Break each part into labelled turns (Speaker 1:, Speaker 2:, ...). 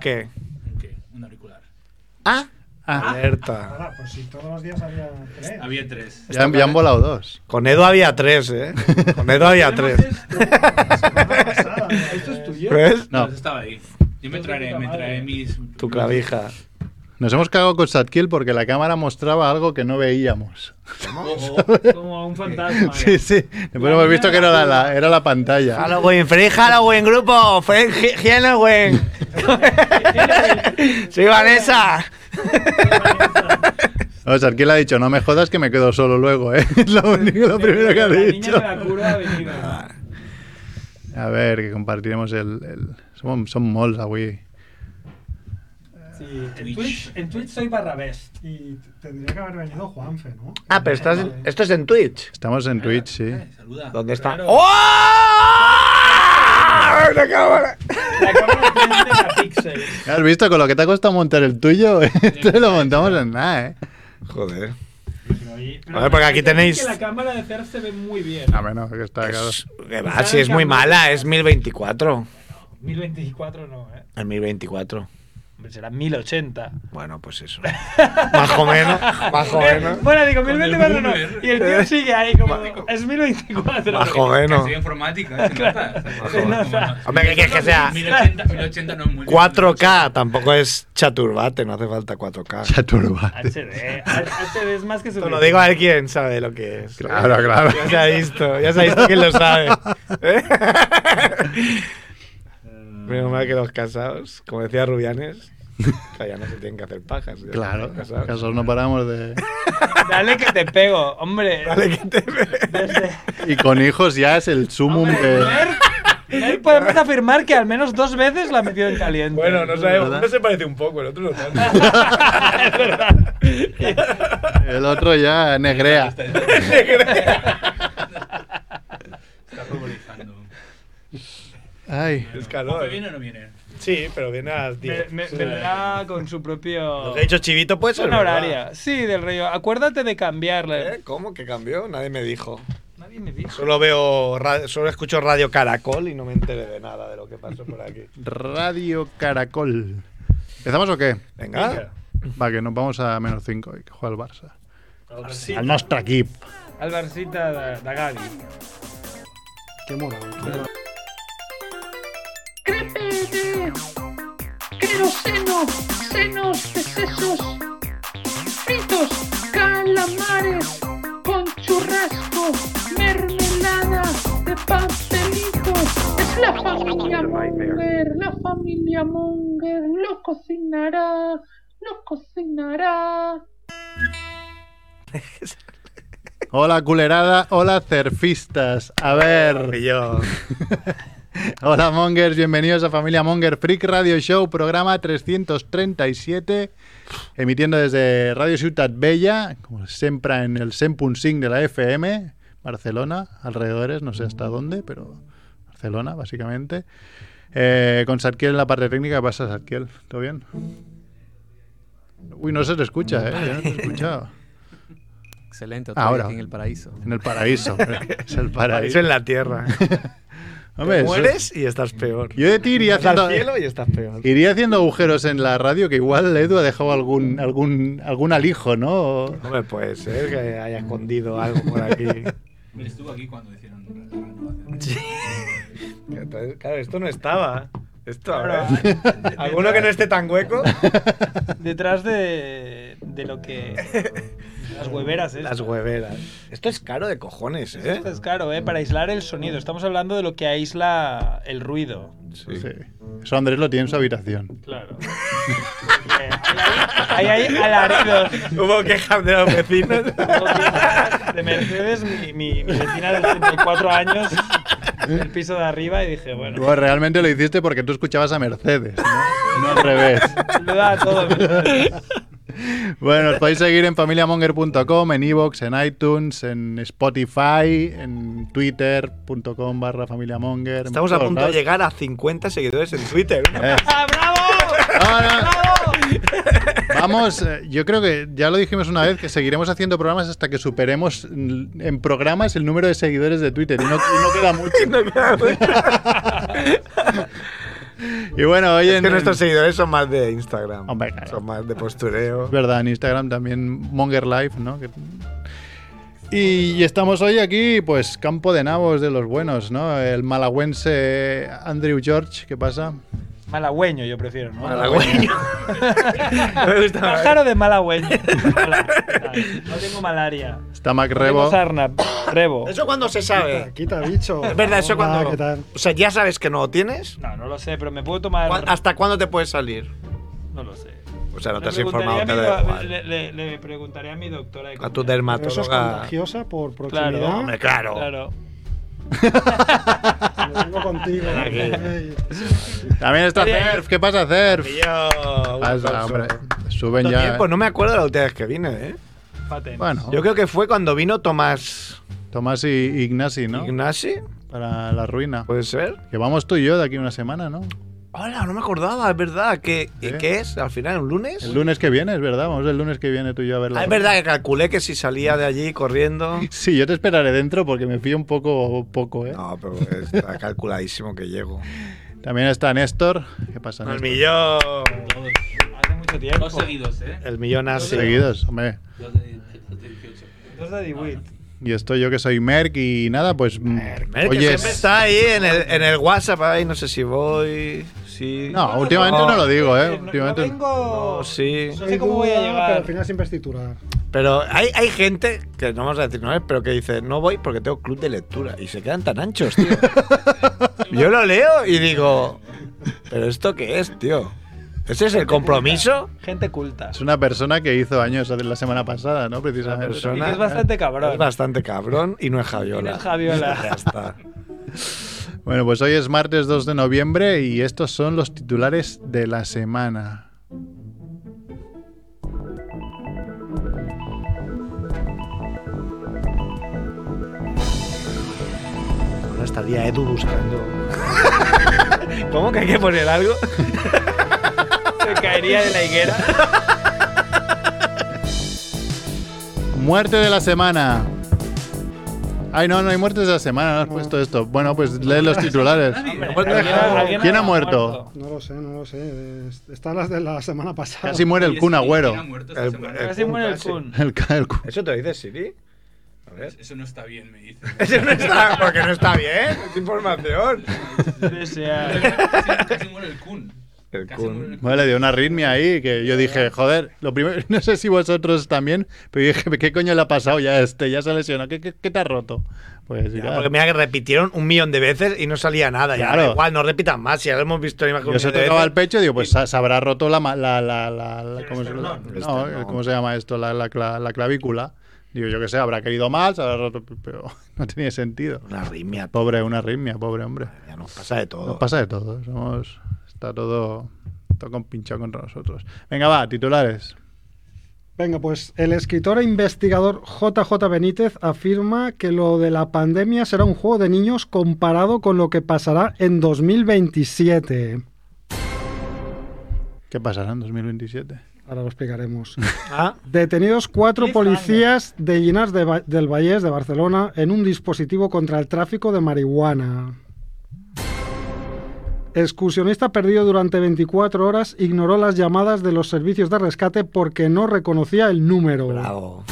Speaker 1: qué?
Speaker 2: ¿Un qué? Un auricular.
Speaker 1: Ah,
Speaker 3: Ah,
Speaker 1: alerta.
Speaker 4: Ahora, pues si todos los días había tres.
Speaker 2: Había tres.
Speaker 3: ya, ya han volado dos.
Speaker 1: Con Edo había tres, ¿eh? Con Edo había
Speaker 2: Tenemos
Speaker 1: tres.
Speaker 4: La semana pasada había
Speaker 5: ¿Esto es
Speaker 4: tres.
Speaker 5: tuyo?
Speaker 1: ¿Ves?
Speaker 3: No,
Speaker 2: Pues estaba ahí. Yo me traeré, me traeré mis.
Speaker 1: Tu clavija.
Speaker 3: nos hemos cagado con Sadkill porque la cámara mostraba algo que no veíamos.
Speaker 5: Como a un fantasma. ¿eh?
Speaker 3: Sí, sí. Después hemos visto que era la, la- era la pantalla.
Speaker 1: Halloween, feliz Halloween, grupo. Feliz Hi- Halloween. Soy Vanessa.
Speaker 3: O sea, Sadkill ha dicho, no me jodas que me quedo solo luego, ¿eh? Es lo, único- lo primero que ha
Speaker 5: la
Speaker 3: dicho.
Speaker 5: Niña de la cura ha venido.
Speaker 4: Ah.
Speaker 3: A ver, que compartiremos el... el- Son, son mols avui.
Speaker 5: Sí. En
Speaker 2: Twitch.
Speaker 5: Twitch, en Twitch soy barrabest.
Speaker 4: Y t- tendría que haber venido Juanfe, ¿no?
Speaker 1: Ah, pero estás en- esto es en Twitch.
Speaker 3: Estamos en Twitch, sí.
Speaker 2: Eh, saluda.
Speaker 1: ¿Dónde está?
Speaker 2: Claro.
Speaker 1: ¡Oh! ¡Una cámara!
Speaker 5: La cámara tiene la Pixel.
Speaker 3: ¿Has visto con lo que te ha costado montar el tuyo? Este lo montamos en nada, ¿eh?
Speaker 1: Joder.
Speaker 5: Pero ahí-
Speaker 1: A ver, porque aquí tenéis-
Speaker 5: Que la cámara de Cer se ve muy bien.
Speaker 3: A ver, no, que está claro.
Speaker 1: Es, que va, si es muy mala, es 1024.
Speaker 5: 1024 no, ¿eh?
Speaker 1: El 1024.
Speaker 5: Hombre, Será 1080.
Speaker 1: Bueno, pues eso. Más o menos. Más o
Speaker 5: Eh,
Speaker 1: menos.
Speaker 5: Bueno, digo,
Speaker 2: Con el
Speaker 5: 1024 no.
Speaker 2: boomer.
Speaker 5: Y el tío sigue ahí como. Es 1024.
Speaker 1: Más o
Speaker 2: Que
Speaker 1: menos.
Speaker 2: soy informática, se nota.
Speaker 1: Se
Speaker 5: nota.
Speaker 1: Hombre, ¿qué quieres que sea?
Speaker 2: 1080, 1080 no es muy
Speaker 1: 4K, tampoco es chaturbate, no hace falta 4K.
Speaker 3: Chaturba.
Speaker 5: HD. HD es más que
Speaker 1: Esto
Speaker 5: suficiente.
Speaker 1: lo digo a alguien sabe lo que es.
Speaker 3: Claro, claro.
Speaker 1: Ya se ha visto, ya se ha visto quién lo sabe. ¿Eh?
Speaker 2: Eh,
Speaker 1: Menos mal que los casados, como decía Rubianes, o sea, ya no se tienen que hacer pajas. ya
Speaker 3: Claro,
Speaker 1: están casados.
Speaker 3: casos no paramos de...
Speaker 5: Dale que te pego, hombre.
Speaker 1: Dale que te
Speaker 5: Desde-
Speaker 3: Y con hijos ya es el sumum de...
Speaker 5: Ner- Ner podemos afirmar que al menos dos veces la ha metido en caliente.
Speaker 1: Bueno, no sabemos,
Speaker 3: ¿Verdad?
Speaker 1: uno se parece un poco, el otro no tanto.
Speaker 5: es verdad.
Speaker 3: El otro ¿eh? ya negrea.
Speaker 2: Está ruborizando.
Speaker 3: Ay.
Speaker 1: Es calor. eh.
Speaker 2: ¿Juanfe viene o no viene?
Speaker 1: Sí, pero viene a las 10.
Speaker 5: Me- me- Vendrá con su propio.
Speaker 1: Lo que ha dicho Chivito puede ser
Speaker 5: Una
Speaker 1: verdad.
Speaker 5: horaria. Sí, del rey. Acuérdate de cambiarle.
Speaker 1: ¿Eh? ¿Cómo que cambió? Nadie me dijo.
Speaker 5: Nadie me dijo.
Speaker 1: Solo veo, ra- solo escucho Radio Caracol y no me enteré de nada de lo que pasó por aquí.
Speaker 3: Radio Caracol. ¿Empezamos o qué?
Speaker 1: Venga.
Speaker 3: Va, que nos vamos a menos 5 y que juega el Barça.
Speaker 5: Albarcita,
Speaker 3: Al nostre equip.
Speaker 5: Albarcita da, da Gavi.
Speaker 4: Qué morón. qué morón.
Speaker 6: Crepere, queroseno, senos de sesos, fritos, calamares, con churrasco, mermelada de pastelito. Es la familia Munger, la familia Munger, lo cocinará, lo cocinará.
Speaker 3: Hola culerada, hola cerfistas. A ver.
Speaker 1: Y yo.
Speaker 3: Hola Mongers, bienvenidos a Familia Monger Freak Radio Show, programa 337, emitiendo desde Radio Ciutat Vella, como siempre en el 100.5 de la FM, Barcelona, alrededores, no sé hasta dónde, pero Barcelona básicamente. Eh, con Sadkiel en la parte técnica, ¿qué pasa Sadkiel? ¿Todo bien? Uy, no se te escucha, ¿eh? Yo no te he escuchado.
Speaker 7: Excelente, otra
Speaker 3: Ahora,
Speaker 7: vez aquí en el paraíso.
Speaker 3: en el paraíso. Es el
Speaker 1: Paraíso
Speaker 3: paraíso.
Speaker 1: en la tierra.
Speaker 3: Hombre, eso-
Speaker 1: Mueres y estás peor.
Speaker 3: Yo de ti iría
Speaker 1: Vas
Speaker 3: haciendo...
Speaker 1: al cielo y estás peor.
Speaker 3: Iría haciendo agujeros en la radio que igual Edu ha dejado algún algún algún alijo, ¿no? O-
Speaker 1: No me puede ser que haya escondido algo por aquí.
Speaker 2: Él estuvo aquí cuando hicieron.
Speaker 1: Entonces, Claro, esto no estaba. Esto ahora.
Speaker 5: Ahora,
Speaker 1: ¿Alguno que no esté tan hueco?
Speaker 5: Detrás de, de lo que. Las hueveras, ¿eh?
Speaker 1: Las hueveras. Esto es caro de cojones, ¿eh?
Speaker 5: Esto es caro, ¿eh? Para aislar el sonido. Estamos hablando de lo que aísla el ruido.
Speaker 3: Sí. Eso Andrés lo tiene en su habitación.
Speaker 5: Claro. Ahí hay alaridos.
Speaker 1: Hubo quejas de los vecinos.
Speaker 5: De Mercedes, mi, mi, mi vecina de 84 años, el piso de arriba, y dije, bueno,
Speaker 3: Bueno, realmente lo hiciste porque tú escuchabas a Mercedes, ¿no? No al revés.
Speaker 5: saluda a todos.
Speaker 3: Bueno, os podéis seguir en familiamonger.com, en iVoox, en iTunes, en Spotify, en twitter.com barra familiamonger. en
Speaker 1: Estamos a
Speaker 3: todos
Speaker 1: punto de
Speaker 3: lados.
Speaker 1: llegar a 50 seguidores en Twitter.
Speaker 3: Eh,
Speaker 5: ¡Ah, bravo!
Speaker 3: ahora-
Speaker 5: ¡Bravo!
Speaker 3: Vamos, eh, yo creo que ya lo dijimos una vez que seguiremos haciendo programas hasta que superemos mm, en programas el número de seguidores de Twitter y no, y no queda mucho. Y bueno, hoy
Speaker 1: Es
Speaker 3: en.
Speaker 1: que nuestros seguidores son más de Instagram.
Speaker 3: Hombre, claro.
Speaker 1: Son más de postureo.
Speaker 3: Es verdad, en Instagram también Monger Life, ¿no? Que- Y, y estamos hoy aquí, pues, campo de nabos de los buenos, ¿no? El malagüense Andrew George, ¿qué pasa?
Speaker 5: Malagüeño, yo prefiero, ¿no?
Speaker 1: Malagüeño. Me gusta más.
Speaker 5: Pájaro de malagüeño. Mala- No tengo malaria.
Speaker 3: Está Mac
Speaker 5: Rebo.
Speaker 3: Rebo.
Speaker 5: Sarna, Rebo.
Speaker 1: Eso cuando se
Speaker 4: Quita,
Speaker 1: sabe.
Speaker 4: quita, bicho.
Speaker 1: Es verdad, eso
Speaker 4: Hola,
Speaker 1: cuando.
Speaker 4: ¿Qué tal?
Speaker 1: O sea, ya sabes que no lo tienes.
Speaker 5: No, no lo sé, pero me puedo tomar.
Speaker 1: ¿Cuán- ¿Hasta cuándo te puede salir?
Speaker 5: No lo sé.
Speaker 1: O sea, no
Speaker 5: Le
Speaker 1: te has
Speaker 5: preguntaré
Speaker 1: informado.
Speaker 5: a
Speaker 1: te
Speaker 5: mi
Speaker 1: da
Speaker 5: do-
Speaker 1: igual.
Speaker 5: le, le- le preguntaré a mi doctora. de
Speaker 1: A tu
Speaker 5: comunidad.
Speaker 4: Pero eso es
Speaker 1: dermatóloga.
Speaker 4: contagiosa por
Speaker 5: Claro,
Speaker 4: proximidad.
Speaker 1: Hombre, claro.
Speaker 5: Claro.
Speaker 4: Lo tengo contigo.
Speaker 1: Aquí.
Speaker 4: Ey.
Speaker 3: También está Cerf, ¿qué pasa, Cerf?
Speaker 1: Yo.
Speaker 3: Pasa, Ah, hombre. Suben
Speaker 1: Tanto
Speaker 3: ya. eh.
Speaker 1: tiempo, no me acuerdo la última vez que vine, ¿eh?
Speaker 5: Paten.
Speaker 3: Bueno,
Speaker 1: Yo creo que fue cuando vino Tomás
Speaker 3: Tomás y Ignasi, ¿no?
Speaker 1: Ignasi,
Speaker 3: Para la ruina.
Speaker 1: ¿puede ser?
Speaker 3: Que vamos tú y yo de aquí a una semana, ¿no?
Speaker 1: Hola, no me acordaba, es verdad. ¿Qué,
Speaker 3: Sí.
Speaker 1: ¿qué es? ¿Al final, un lunes?
Speaker 3: El lunes que viene, es verdad. Vamos el lunes que viene tú y yo a ver la
Speaker 1: Ah, es verdad que calculé que si salía de allí corriendo.
Speaker 3: Sí, yo te esperaré dentro porque me fío un poco, poco, ¿eh?
Speaker 1: No, pero está calculadísimo que llego.
Speaker 3: También está Néstor. ¿Qué pasa,
Speaker 1: El
Speaker 3: Néstor?
Speaker 1: millón.
Speaker 2: Dos,
Speaker 5: Hace mucho tiempo.
Speaker 2: dos seguidos, ¿eh?
Speaker 1: El millón así.
Speaker 3: Seguidos, hombre.
Speaker 2: Dos de, dos de 18.
Speaker 5: Dos de Dewitt.
Speaker 3: Y estoy yo que soy Merck y nada, pues. mm,
Speaker 1: Mer, que
Speaker 3: oye,
Speaker 1: siempre
Speaker 3: es-
Speaker 1: está ahí en el, en el WhatsApp, ahí no sé si voy. Sí.
Speaker 3: No, últimamente no lo digo, ¿eh?
Speaker 5: No,
Speaker 3: Últimamente.
Speaker 5: no vengo.
Speaker 1: No, sí.
Speaker 5: No
Speaker 4: Hay
Speaker 5: sé cómo voy a
Speaker 4: duda, Pero
Speaker 5: llegar.
Speaker 4: al final siempre es titular.
Speaker 1: Pero hay, hay gente, que no vamos a decir no es, pero que dice, no voy porque tengo club de lectura. Y se quedan tan anchos, tío. Yo lo leo y digo, ¿pero esto qué es, tío? ¿Ese es el compromiso?
Speaker 5: Gente culta.
Speaker 3: Es una persona que hizo años la semana pasada, ¿no?
Speaker 1: Una
Speaker 3: Precisamente.
Speaker 1: persona-
Speaker 5: Y que es bastante cabrón.
Speaker 1: Es bastante cabrón y no es Javiola.
Speaker 5: Y no es Javiola.
Speaker 1: ya está.
Speaker 3: Bueno, pues hoy es martes 2 de noviembre y estos son los titulares de la semana.
Speaker 1: Ahora estaría Edu buscando. ¿Cómo que hay que poner algo?
Speaker 5: Se caería de la higuera.
Speaker 3: Muerte de la semana. Ay, no, no hay muertes de la semana, no has puesto esto. Bueno, pues lee los titulares.
Speaker 1: No,
Speaker 5: Hombre,
Speaker 1: porque-
Speaker 5: ¿alguien ha- alguien
Speaker 3: ¿Quién ha muerto?
Speaker 4: No lo sé, no lo sé. Es- Están las de la semana pasada.
Speaker 3: Casi muere el Kun Agüero.
Speaker 1: El-
Speaker 2: Eso
Speaker 5: Casi muere el
Speaker 1: Casi.
Speaker 5: Kun.
Speaker 3: El, ca- el cu-
Speaker 1: ¿Eso te lo dice Siri? A ver.
Speaker 2: no está bien, me dice.
Speaker 1: Eso no está, porque no está bien, es información.
Speaker 5: Desea.
Speaker 2: Casi, casi muere el Kun.
Speaker 1: El
Speaker 2: Casi
Speaker 1: Kun.
Speaker 2: muere el
Speaker 3: Bueno, le dio una arritmia ahí que yo dije, joder, lo primero, no sé si vosotros también, pero yo dije, ¿qué coño le ha pasado ya a este? Ya se ha lesionado, ¿qué, qué- qué te ha roto? Pues
Speaker 1: Ya,
Speaker 3: igual.
Speaker 1: Porque mira que repitieron un millón de veces y no salía nada. Ya
Speaker 3: Claro.
Speaker 1: da igual, no repitan más. Si ya lo hemos visto imagen un
Speaker 3: Yo se
Speaker 1: millón de
Speaker 3: tocaba el
Speaker 1: veces.
Speaker 3: pecho y digo, pues sa- se habrá roto la. ma- la, la, la, la- ¿cómo, se llama?
Speaker 1: esternón.
Speaker 3: No,
Speaker 1: Esternón.
Speaker 3: ¿Cómo se llama esto? La, la, cla- la clavícula. Digo, yo qué sé, habrá caído mal, se habrá roto. Pero no tenía sentido.
Speaker 1: Una rimia, todo.
Speaker 3: Pobre, una arritmia, pobre hombre.
Speaker 1: Ya nos pasa de todo.
Speaker 3: Nos pasa de todo. Somos, está todo, todo compinchado contra nosotros. Venga, va, titulares.
Speaker 4: Venga, pues el escritor e investigador JJ Benítez afirma que lo de la pandemia será un juego de niños comparado con lo que pasará en 2027.
Speaker 3: ¿Qué pasará en 2027?
Speaker 4: Ahora lo explicaremos.
Speaker 1: Ah,
Speaker 4: Detenidos cuatro
Speaker 5: Cliffhanger.
Speaker 4: policías de Llinars de Ba- del Vallés de Barcelona en un dispositivo contra el tráfico de marihuana. Excursionista perdido durante 24 horas ignoró las llamadas de los servicios de rescate porque no reconocía el número.
Speaker 1: bravo.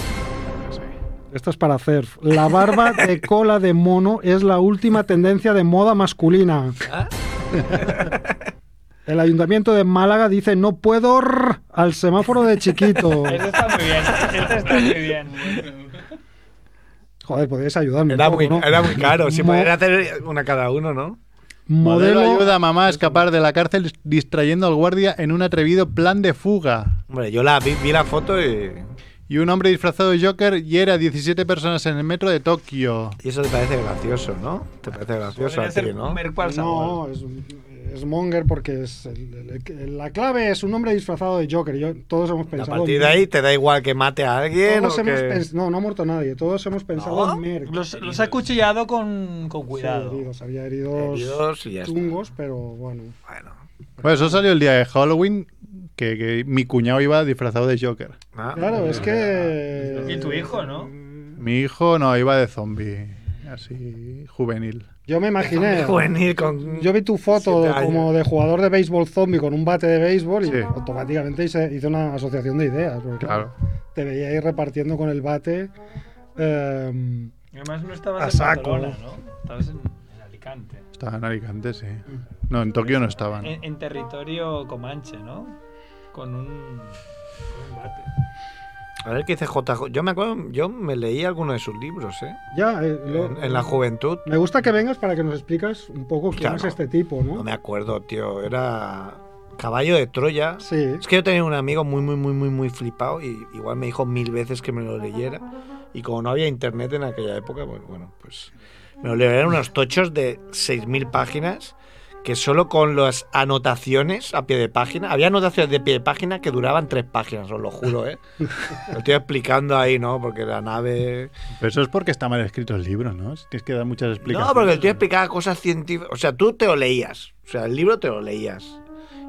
Speaker 4: Esto es para hacer. La barba de cola de mono es la última tendencia de moda masculina. El ayuntamiento de Málaga dice no puedo rrr al semáforo de chiquito.
Speaker 5: Eso está muy bien. Este está muy bien.
Speaker 4: Joder, podríais ayudarme. un
Speaker 1: Era
Speaker 4: poco,
Speaker 1: muy,
Speaker 4: ¿no?
Speaker 1: era muy caro. Si
Speaker 4: Mo-
Speaker 1: pudieran hacer una cada uno, ¿no?
Speaker 3: Modelo,
Speaker 4: modelo,
Speaker 3: ayuda a mamá a escapar de la cárcel distrayendo al guardia en un atrevido plan de fuga.
Speaker 1: Hombre, yo la vi, vi la foto y.
Speaker 3: Y un hombre disfrazado de Joker hiera a 17 personas en el metro de Tokio.
Speaker 1: Y eso te parece gracioso, ¿no? Te parece gracioso a
Speaker 5: Podría
Speaker 1: ti,
Speaker 5: ser
Speaker 1: ¿no?
Speaker 5: un Mercual
Speaker 4: No, es, es Monger porque es el- el- la clave es un hombre disfrazado de Joker. Yo, todos hemos
Speaker 1: A
Speaker 4: pensado.
Speaker 1: partir
Speaker 4: en-
Speaker 1: de ahí te da igual que mate a alguien o
Speaker 4: todos hemos
Speaker 1: que.
Speaker 4: pens- No, no ha muerto nadie. Todos hemos pensado
Speaker 1: ¿No?
Speaker 4: en Merck.
Speaker 5: Los, los ha cuchillado con, con cuidado.
Speaker 4: Sí, heridos, había heridos,
Speaker 1: Heridos y ya está.
Speaker 4: chungos, pero bueno.
Speaker 1: Bueno.
Speaker 3: Bueno, eso salió el día de Halloween, que, que mi cuñado iba disfrazado de Joker.
Speaker 1: ah,
Speaker 4: Claro, es que.
Speaker 5: Y tu hijo, ¿no?
Speaker 3: Mi hijo no, iba de zombie. así juvenil.
Speaker 4: Yo me imaginé.
Speaker 1: Juvenil con.
Speaker 4: Yo vi tu foto
Speaker 1: Siete años.
Speaker 4: como de jugador de béisbol zombie con un bate de béisbol y
Speaker 3: Sí.
Speaker 4: automáticamente hice, hice una asociación de ideas. porque,
Speaker 3: Claro.
Speaker 4: Te veía ahí repartiendo con el bate. em,
Speaker 5: Y Además no estabas
Speaker 4: A
Speaker 5: en
Speaker 4: saco.
Speaker 5: Barcelona, ¿no? Estabas en, en Alicante.
Speaker 3: Estaban en Alicante, sí. No, en Tokio Ah, no estaban.
Speaker 5: En, en territorio comanche, ¿no? Con un, con un bate.
Speaker 1: A ver qué dice JJ. Yo me acuerdo, yo me leí alguno de sus libros, ¿eh?
Speaker 4: ya, eh, lo-
Speaker 1: En, en la juventud.
Speaker 4: me gusta que vengas para que nos explicas un poco quién
Speaker 1: Claro.
Speaker 4: es este tipo, ¿no?
Speaker 1: No me acuerdo, tío. Era. Caballo de Troya.
Speaker 4: Sí.
Speaker 1: Es que yo tenía un amigo muy, muy, muy, muy, muy flipado y igual me dijo mil veces que me lo leyera. Y como no había internet en aquella época, pues bueno, pues me lo leerían unos tochos de 6.000 páginas que solo con las anotaciones a pie de página, había anotaciones de pie de página que duraban tres páginas, os lo juro, ¿eh? Lo estoy explicando ahí, ¿no? Porque la nave...
Speaker 3: Pero eso es porque está mal escrito el libro, ¿no? Tienes que dar muchas explicaciones.
Speaker 1: No, porque el tío explicaba cosas científicas. O sea, tú te lo leías. O sea, el libro te lo leías.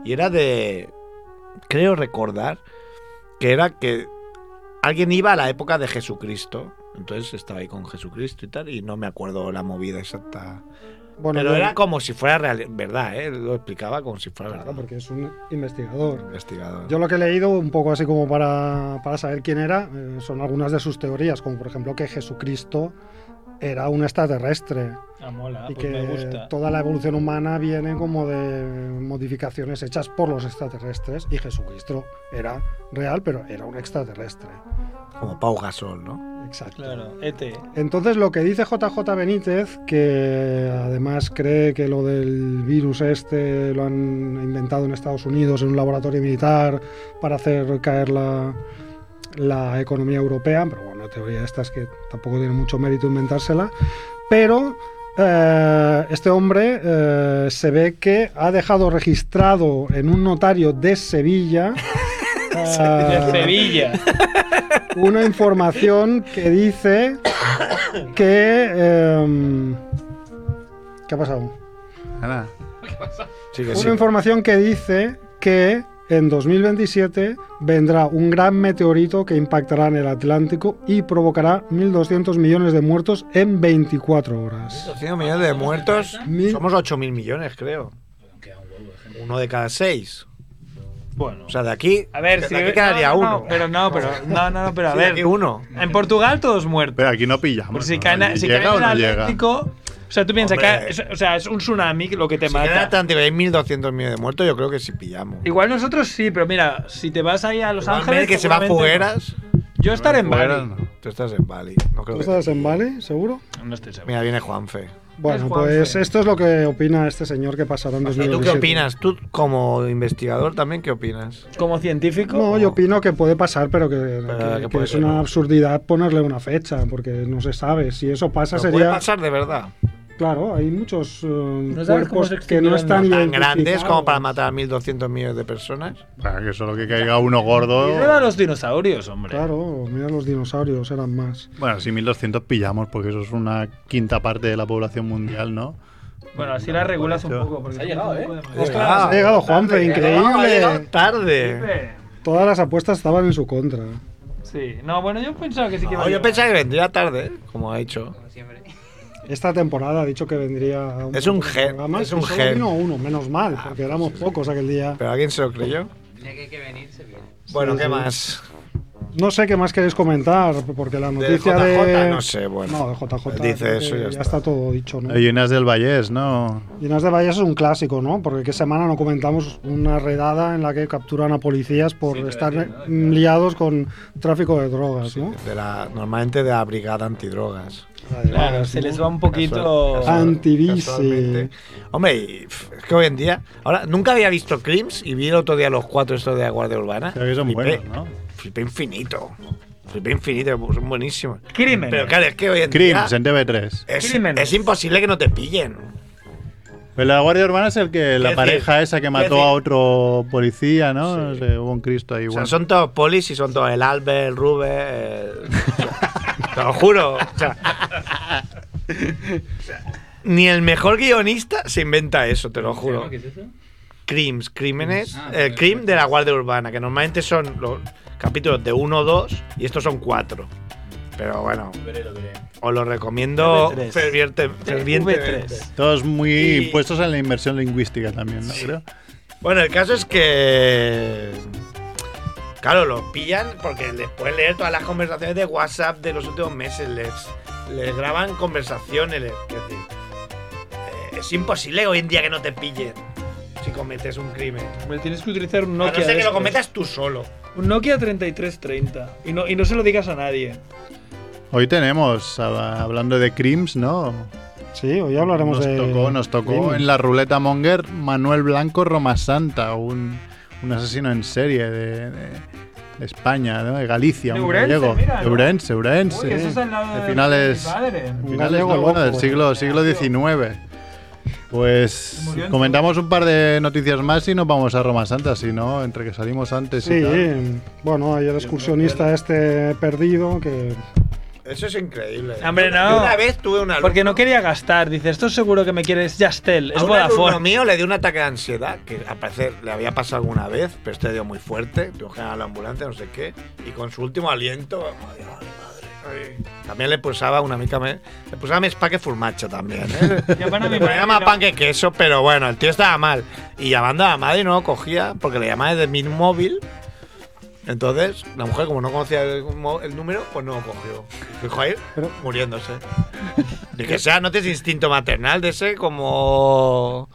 Speaker 1: Y era de. Creo recordar que era que alguien iba a la época de Jesucristo. Entonces estaba ahí con Jesucristo y tal. Y no me acuerdo la movida exacta.
Speaker 4: Bueno,
Speaker 1: Pero
Speaker 4: yo-
Speaker 1: era como si fuera real- verdad, ¿eh? Lo explicaba como si fuera
Speaker 4: claro,
Speaker 1: verdad.
Speaker 4: porque es un investigador.
Speaker 1: Investigador.
Speaker 4: Yo lo que he leído, un poco así como para, para saber quién era, eh, son algunas de sus teorías, como por ejemplo que Jesucristo era un extraterrestre
Speaker 5: Ah, mola,
Speaker 4: y
Speaker 5: pues me
Speaker 4: que
Speaker 5: gusta.
Speaker 4: toda la evolución humana viene como de modificaciones hechas por los extraterrestres y Jesucristo era real, pero era un extraterrestre.
Speaker 1: Como Pau Gasol, ¿no?
Speaker 4: Exacto.
Speaker 5: Claro, E ET.
Speaker 4: Entonces lo que dice JJ Benítez, que además cree que lo del virus este lo han inventado en Estados Unidos en un laboratorio militar para hacer caer la, la economía europea, pero bueno, teoría esta es que tampoco tiene mucho mérito inventársela, pero eh, este hombre eh, se ve que ha dejado registrado en un notario de Sevilla. eh,
Speaker 5: De Sevilla.
Speaker 4: una información que dice que. em, ¿Qué ha pasado?
Speaker 3: Nada.
Speaker 1: Sí que
Speaker 4: Una
Speaker 1: sí.
Speaker 4: información que dice que en 2027 vendrá un gran meteorito que impactará en el Atlántico y provocará 1.200 millones de muertos en 24 horas.
Speaker 1: 100 millones de muertos.
Speaker 4: Mil-
Speaker 1: Somos 8.000 millones, creo. Uno de cada seis.
Speaker 5: Bueno.
Speaker 1: O sea, de aquí.
Speaker 5: A ver,
Speaker 1: de
Speaker 5: si...
Speaker 1: aquí
Speaker 5: no,
Speaker 1: quedaría
Speaker 5: no,
Speaker 1: uno.
Speaker 5: no, pero no, pero... No, no, no, pero a
Speaker 1: Sí, de aquí
Speaker 5: ver.
Speaker 1: uno.
Speaker 5: En Portugal todos muertos.
Speaker 3: Pero aquí no pillamos.
Speaker 5: Pero si
Speaker 3: ¿no?
Speaker 5: caen a- si
Speaker 3: ¿Llega
Speaker 5: caen
Speaker 3: o
Speaker 5: en
Speaker 3: no
Speaker 5: el
Speaker 3: llega?
Speaker 5: Atlántico... O sea, tú piensas
Speaker 1: Hombre.
Speaker 5: que es, o sea, es un tsunami lo que te
Speaker 1: Si queda
Speaker 5: mata.
Speaker 1: Atlántico y hay 1.200 millones de muertos, yo creo que sí pillamos.
Speaker 5: Igual nosotros sí, pero mira, si te vas ahí a Los
Speaker 1: Igual
Speaker 5: Ángeles.
Speaker 1: Mel, que se va a
Speaker 5: seguramente
Speaker 1: Fugueras.
Speaker 5: no. Yo estaré en
Speaker 3: Fuera,
Speaker 5: Bali.
Speaker 3: no.
Speaker 1: Tú estás en Bali. No creo
Speaker 4: ¿Tú
Speaker 1: que
Speaker 4: estás
Speaker 1: te
Speaker 4: en
Speaker 1: pillen.
Speaker 4: Bali, seguro?
Speaker 5: No estoy seguro.
Speaker 1: Mira, viene Juanfe.
Speaker 4: Bueno,
Speaker 5: Juanfe.
Speaker 4: pues esto es lo que opina este señor que pasará en
Speaker 1: ¿Y
Speaker 4: 2027.
Speaker 1: tú qué opinas? Tú, como investigador, también, ¿qué opinas?
Speaker 5: Como científico.
Speaker 4: No, yo opino que puede pasar, pero que, que-
Speaker 1: que
Speaker 4: que
Speaker 1: puede
Speaker 4: es
Speaker 1: ser,
Speaker 4: una
Speaker 1: ¿no?
Speaker 4: absurdidad ponerle una fecha, porque no se sabe. Si eso pasa,
Speaker 1: Pero
Speaker 4: sería.
Speaker 1: Puede pasar de verdad.
Speaker 4: Claro, hay muchos eh,
Speaker 5: sabes cómo
Speaker 4: cuerpos
Speaker 5: se
Speaker 4: que
Speaker 5: extinguieron,
Speaker 4: no están
Speaker 5: ¿no?
Speaker 1: Tan grandes como para
Speaker 4: identificados.
Speaker 1: matar a 1.200 millones de personas.
Speaker 3: Para que solo que caiga uno
Speaker 5: Y luego a
Speaker 3: gordo.
Speaker 5: los dinosaurios, hombre.
Speaker 4: Claro, mira los dinosaurios, eran más.
Speaker 3: Bueno, si 1200 pillamos, porque eso es una quinta parte de la población mundial, ¿no?
Speaker 5: Bueno, así la regulas un
Speaker 3: Eso.
Speaker 5: poco. Porque
Speaker 7: Se ha llegado, ¿eh?
Speaker 1: Ostras,
Speaker 4: Ha llegado Juanfe,
Speaker 1: Ah, Ha llegado
Speaker 4: increíble.
Speaker 1: Ah, tarde.
Speaker 4: Todas las apuestas estaban en su contra.
Speaker 5: Sí. No, bueno, yo pensaba que sí que iba
Speaker 1: No, Ah, yo
Speaker 5: a
Speaker 1: pensaba que vendría tarde, ¿eh? como ha dicho.
Speaker 4: Esta temporada ha dicho que vendría. Un
Speaker 1: Es un
Speaker 4: montón de
Speaker 1: gen,
Speaker 4: programas
Speaker 1: es
Speaker 4: y
Speaker 1: un
Speaker 4: solo
Speaker 1: gen. Ah,
Speaker 4: vino uno, menos mal, porque éramos pocos aquel día.
Speaker 1: Pero alguien se lo creyó. Bueno, ¿qué más?
Speaker 4: No sé qué más queréis comentar, porque la noticia de.
Speaker 1: JJ, no sé, bueno.
Speaker 4: No, de JJ.
Speaker 1: Dice
Speaker 4: creo que
Speaker 1: eso y ya
Speaker 4: eh, ya
Speaker 1: está.
Speaker 4: está. todo dicho, ¿no?
Speaker 3: Llenas del Vallés, ¿no?
Speaker 4: Llenas de Valles es un clásico, ¿no? Porque qué semana no comentamos una redada en la que capturan a policías por estar mm, liados con tráfico de drogas, ¿no?
Speaker 1: De la, normalmente de la brigada antidrogas.
Speaker 4: La de
Speaker 5: Claro,
Speaker 4: Valles,
Speaker 5: se
Speaker 4: ¿no?
Speaker 5: les va un poquito.
Speaker 4: casual. Antibici.
Speaker 1: Casualmente. Hombre, y, pf, es que hoy en día. Ahora, nunca había visto Crims y vi el otro día los cuatro estos de la Guardia Urbana.
Speaker 3: Creo que son
Speaker 1: Flipé.
Speaker 3: buenos, ¿no?
Speaker 1: Flipé infinito. Flipé infinito, son buenísimos.
Speaker 5: Crimen.
Speaker 1: Pero claro, es que hoy en
Speaker 3: Crims
Speaker 1: día.
Speaker 3: en TV3.
Speaker 1: Es,
Speaker 5: Crímenes.
Speaker 1: es imposible que no te pillen.
Speaker 3: Pues la Guardia Urbana es el que la
Speaker 1: decir?
Speaker 3: pareja esa que mató
Speaker 1: decir?
Speaker 3: a otro policía, ¿no? No sé, hubo un Cristo ahí.
Speaker 1: O sea,
Speaker 3: bueno.
Speaker 1: son todos polis y son todos el Albert, el Rube. el- Te lo juro. o sea, o sea, ni el mejor guionista se inventa eso, te lo juro.
Speaker 2: ¿Qué es eso?
Speaker 1: crimes, crímenes,
Speaker 2: Ah,
Speaker 1: el
Speaker 2: vale,
Speaker 1: crim
Speaker 2: vale.
Speaker 1: de la Guardia Urbana, que normalmente son los capítulos de 1 o 2 y estos son 4. Pero bueno,
Speaker 8: Lo veré, lo veré.
Speaker 1: os lo recomiendo
Speaker 5: V3.
Speaker 1: ferviente- fervientemente.
Speaker 5: V3.
Speaker 3: Todos muy
Speaker 5: Y-
Speaker 3: puestos en la inversión lingüística también, ¿no? Creo.
Speaker 1: Bueno, el caso es que. Claro, lo pillan porque después leer todas las conversaciones de WhatsApp de los últimos meses, les, les graban conversaciones. les- es decir, eh, es imposible hoy en día que no te pillen si cometes un crimen.
Speaker 5: Hombre, Tienes que utilizar un
Speaker 1: a
Speaker 5: Nokia.
Speaker 1: no ser
Speaker 5: de
Speaker 1: que lo
Speaker 5: estos.
Speaker 1: cometas tú solo.
Speaker 5: Un Nokia 3330. Y no, y no se lo digas a nadie.
Speaker 3: Hoy tenemos, hab- hablando de crims, ¿no?
Speaker 4: Sí, hoy hablaremos
Speaker 3: Nos
Speaker 4: de.
Speaker 3: tocó, nos tocó
Speaker 4: Sí.
Speaker 3: en la ruleta Monger Manuel Blanco Romasanta, un, un asesino en serie de, de- de España, ¿no? de Galicia,
Speaker 5: De
Speaker 3: un
Speaker 5: Ourense,
Speaker 3: gallego.
Speaker 5: mira, ¿no?
Speaker 3: Ourense, Ourense.
Speaker 5: al lado
Speaker 3: De finales-
Speaker 5: padre.
Speaker 4: Un
Speaker 3: Finales,
Speaker 4: gallego
Speaker 3: ¿no? bueno,
Speaker 4: loco,
Speaker 3: del siglo,
Speaker 5: ¿no?
Speaker 3: siglo XIX. Pues
Speaker 5: Murió en
Speaker 3: comentamos un par de noticias más y nos vamos a Roma Santa, si no, entre que salimos antes
Speaker 4: Sí,
Speaker 3: y tal.
Speaker 4: bueno, hay el excursionista este perdido que.
Speaker 1: Eso es increíble.
Speaker 5: Hombre,
Speaker 1: Yo- yo
Speaker 5: no.
Speaker 1: una vez tuve una.
Speaker 5: Porque no quería gastar. Dice, esto seguro que me quieres Yastel. Es
Speaker 1: a un alumno
Speaker 5: Vodafone.
Speaker 1: mío le dio un ataque de ansiedad, que al parecer le había pasado alguna vez, pero este dio muy fuerte, tuvo que llamar a la ambulancia, no sé qué, y con su último aliento, ay, ay, madre, ay. también le pulsaba una mica, me- le pulsaba mi spa que furmacho también, ¿eh?
Speaker 5: Llaman a mi
Speaker 1: Le ponía
Speaker 5: madre,
Speaker 1: más
Speaker 5: ¿no?
Speaker 1: pan que queso, pero bueno, el tío estaba mal. Y llamando a la madre no lo cogía, porque le llamaba desde mi móvil. Entonces, la mujer, como no conocía el, mo- el número, pues no lo cogió. Dijo ahí, muriéndose. Ni que sea, ¿no tienes instinto maternal de ese como.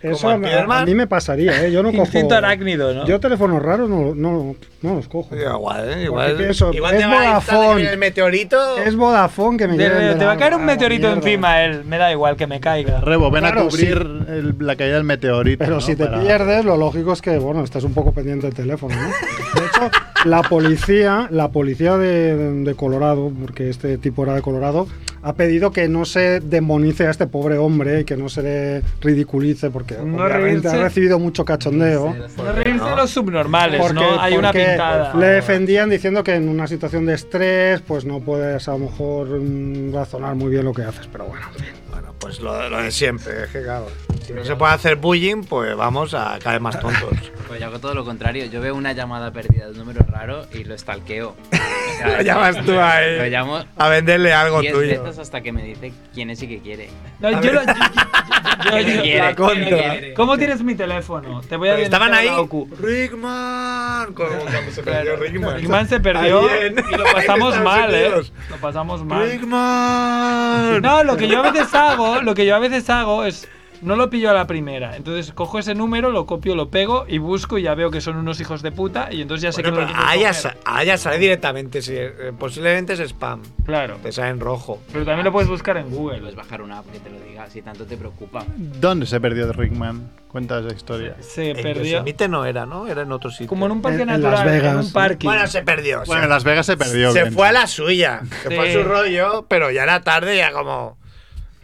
Speaker 4: Eso
Speaker 1: Como
Speaker 4: a,
Speaker 1: el Spiderman.
Speaker 4: a mí me pasaría, ¿eh? Yo no cojo.
Speaker 5: Instinto arácnido, ¿no?
Speaker 4: Yo teléfonos raros no, no, no los cojo.
Speaker 1: Igual, ¿eh? Igual,
Speaker 4: Porque pienso,
Speaker 1: igual
Speaker 4: es
Speaker 1: te va a instar de que
Speaker 4: Vodafone.
Speaker 1: viene el meteorito.
Speaker 4: Es Vodafone que me
Speaker 5: De-
Speaker 4: lleven de
Speaker 5: te
Speaker 4: la-
Speaker 5: va a caer
Speaker 3: Ah,
Speaker 5: un
Speaker 4: la
Speaker 5: meteorito
Speaker 4: mierda.
Speaker 5: encima él. Me da igual que me caiga.
Speaker 3: Rebo, ven a
Speaker 4: Claro,
Speaker 3: cubrir el- la caída del meteorito.
Speaker 4: Pero
Speaker 3: ¿no?
Speaker 4: si te
Speaker 3: Para-
Speaker 4: pierdes, lo lógico es que, bueno, estás un poco pendiente del teléfono, ¿no? De hecho, la policía, la policía de, de Colorado, porque este tipo era de Colorado, ha pedido que no se demonice a este pobre hombre y que no se le ridiculice, porque
Speaker 5: No
Speaker 4: obviamente
Speaker 5: reírse.
Speaker 4: ha recibido mucho cachondeo.
Speaker 5: No reírse de los subnormales,
Speaker 4: Porque,
Speaker 5: ¿no? Hay una
Speaker 4: porque
Speaker 5: pintada.
Speaker 4: le defendían diciendo que en una situación de estrés, pues no puedes a lo mejor mm, razonar muy bien lo que haces, pero bueno.
Speaker 1: Bueno, pues lo, lo de siempre, es que claro. Si no se puede hacer bullying, pues vamos a caer más tontos.
Speaker 8: Pues yo hago todo lo contrario. Yo veo una llamada perdida de un número raro y lo estalqueo. O sea,
Speaker 1: Lo llamas tú
Speaker 8: Lo
Speaker 1: ahí.
Speaker 8: llamo
Speaker 1: A venderle algo
Speaker 8: 10
Speaker 1: tuyo.
Speaker 8: veces hasta que me dice quién es y qué quiere.
Speaker 5: No, yo lo- yo- yo- yo-
Speaker 8: ¿Qué
Speaker 5: yo-
Speaker 8: quiere?
Speaker 5: la contra.
Speaker 8: ¿Qué quiere?
Speaker 5: ¿Cómo tienes mi teléfono? Te voy a
Speaker 1: Pero estaban ahí.
Speaker 5: denunciar a la OCU.
Speaker 1: Rickman. Con, cuando se perdió Rickman.
Speaker 5: Rickman se perdió
Speaker 1: Ahí en-
Speaker 5: y lo pasamos
Speaker 1: en Estados
Speaker 5: mal, ¿eh?
Speaker 1: Unidos.
Speaker 5: Lo pasamos mal.
Speaker 1: Rickman.
Speaker 5: No, lo que yo a veces hago, lo que yo a veces hago es no lo pillo a la primera. Entonces cojo ese número, lo copio, lo pego y busco y ya veo que son unos hijos de puta y entonces ya sé
Speaker 1: Bueno,
Speaker 5: que no
Speaker 1: pero
Speaker 5: lo quiero
Speaker 1: allá,
Speaker 5: coger.
Speaker 1: sa- allá sale directamente. sí, eh, posiblemente es spam.
Speaker 5: Claro.
Speaker 1: Te sale en rojo.
Speaker 5: Pero también lo puedes buscar en
Speaker 8: Pues Puedes
Speaker 5: Google.
Speaker 8: bajar una app que te lo diga si tanto te preocupa.
Speaker 3: ¿Dónde se perdió Rickman? Cuenta esa historia.
Speaker 5: Se
Speaker 1: En
Speaker 5: perdió
Speaker 1: Yosemite no era, ¿no? Era en otro sitio.
Speaker 5: como en un parque
Speaker 4: En- en
Speaker 5: natural,
Speaker 4: Las
Speaker 5: en
Speaker 4: Vegas.
Speaker 5: un parking.
Speaker 1: Bueno, se perdió.
Speaker 3: Bueno,
Speaker 1: se-
Speaker 3: en Las Vegas se perdió.
Speaker 1: se
Speaker 3: bien.
Speaker 1: fue a la suya. Se
Speaker 5: Sí.
Speaker 1: fue a su rollo, pero ya era tarde, ya como.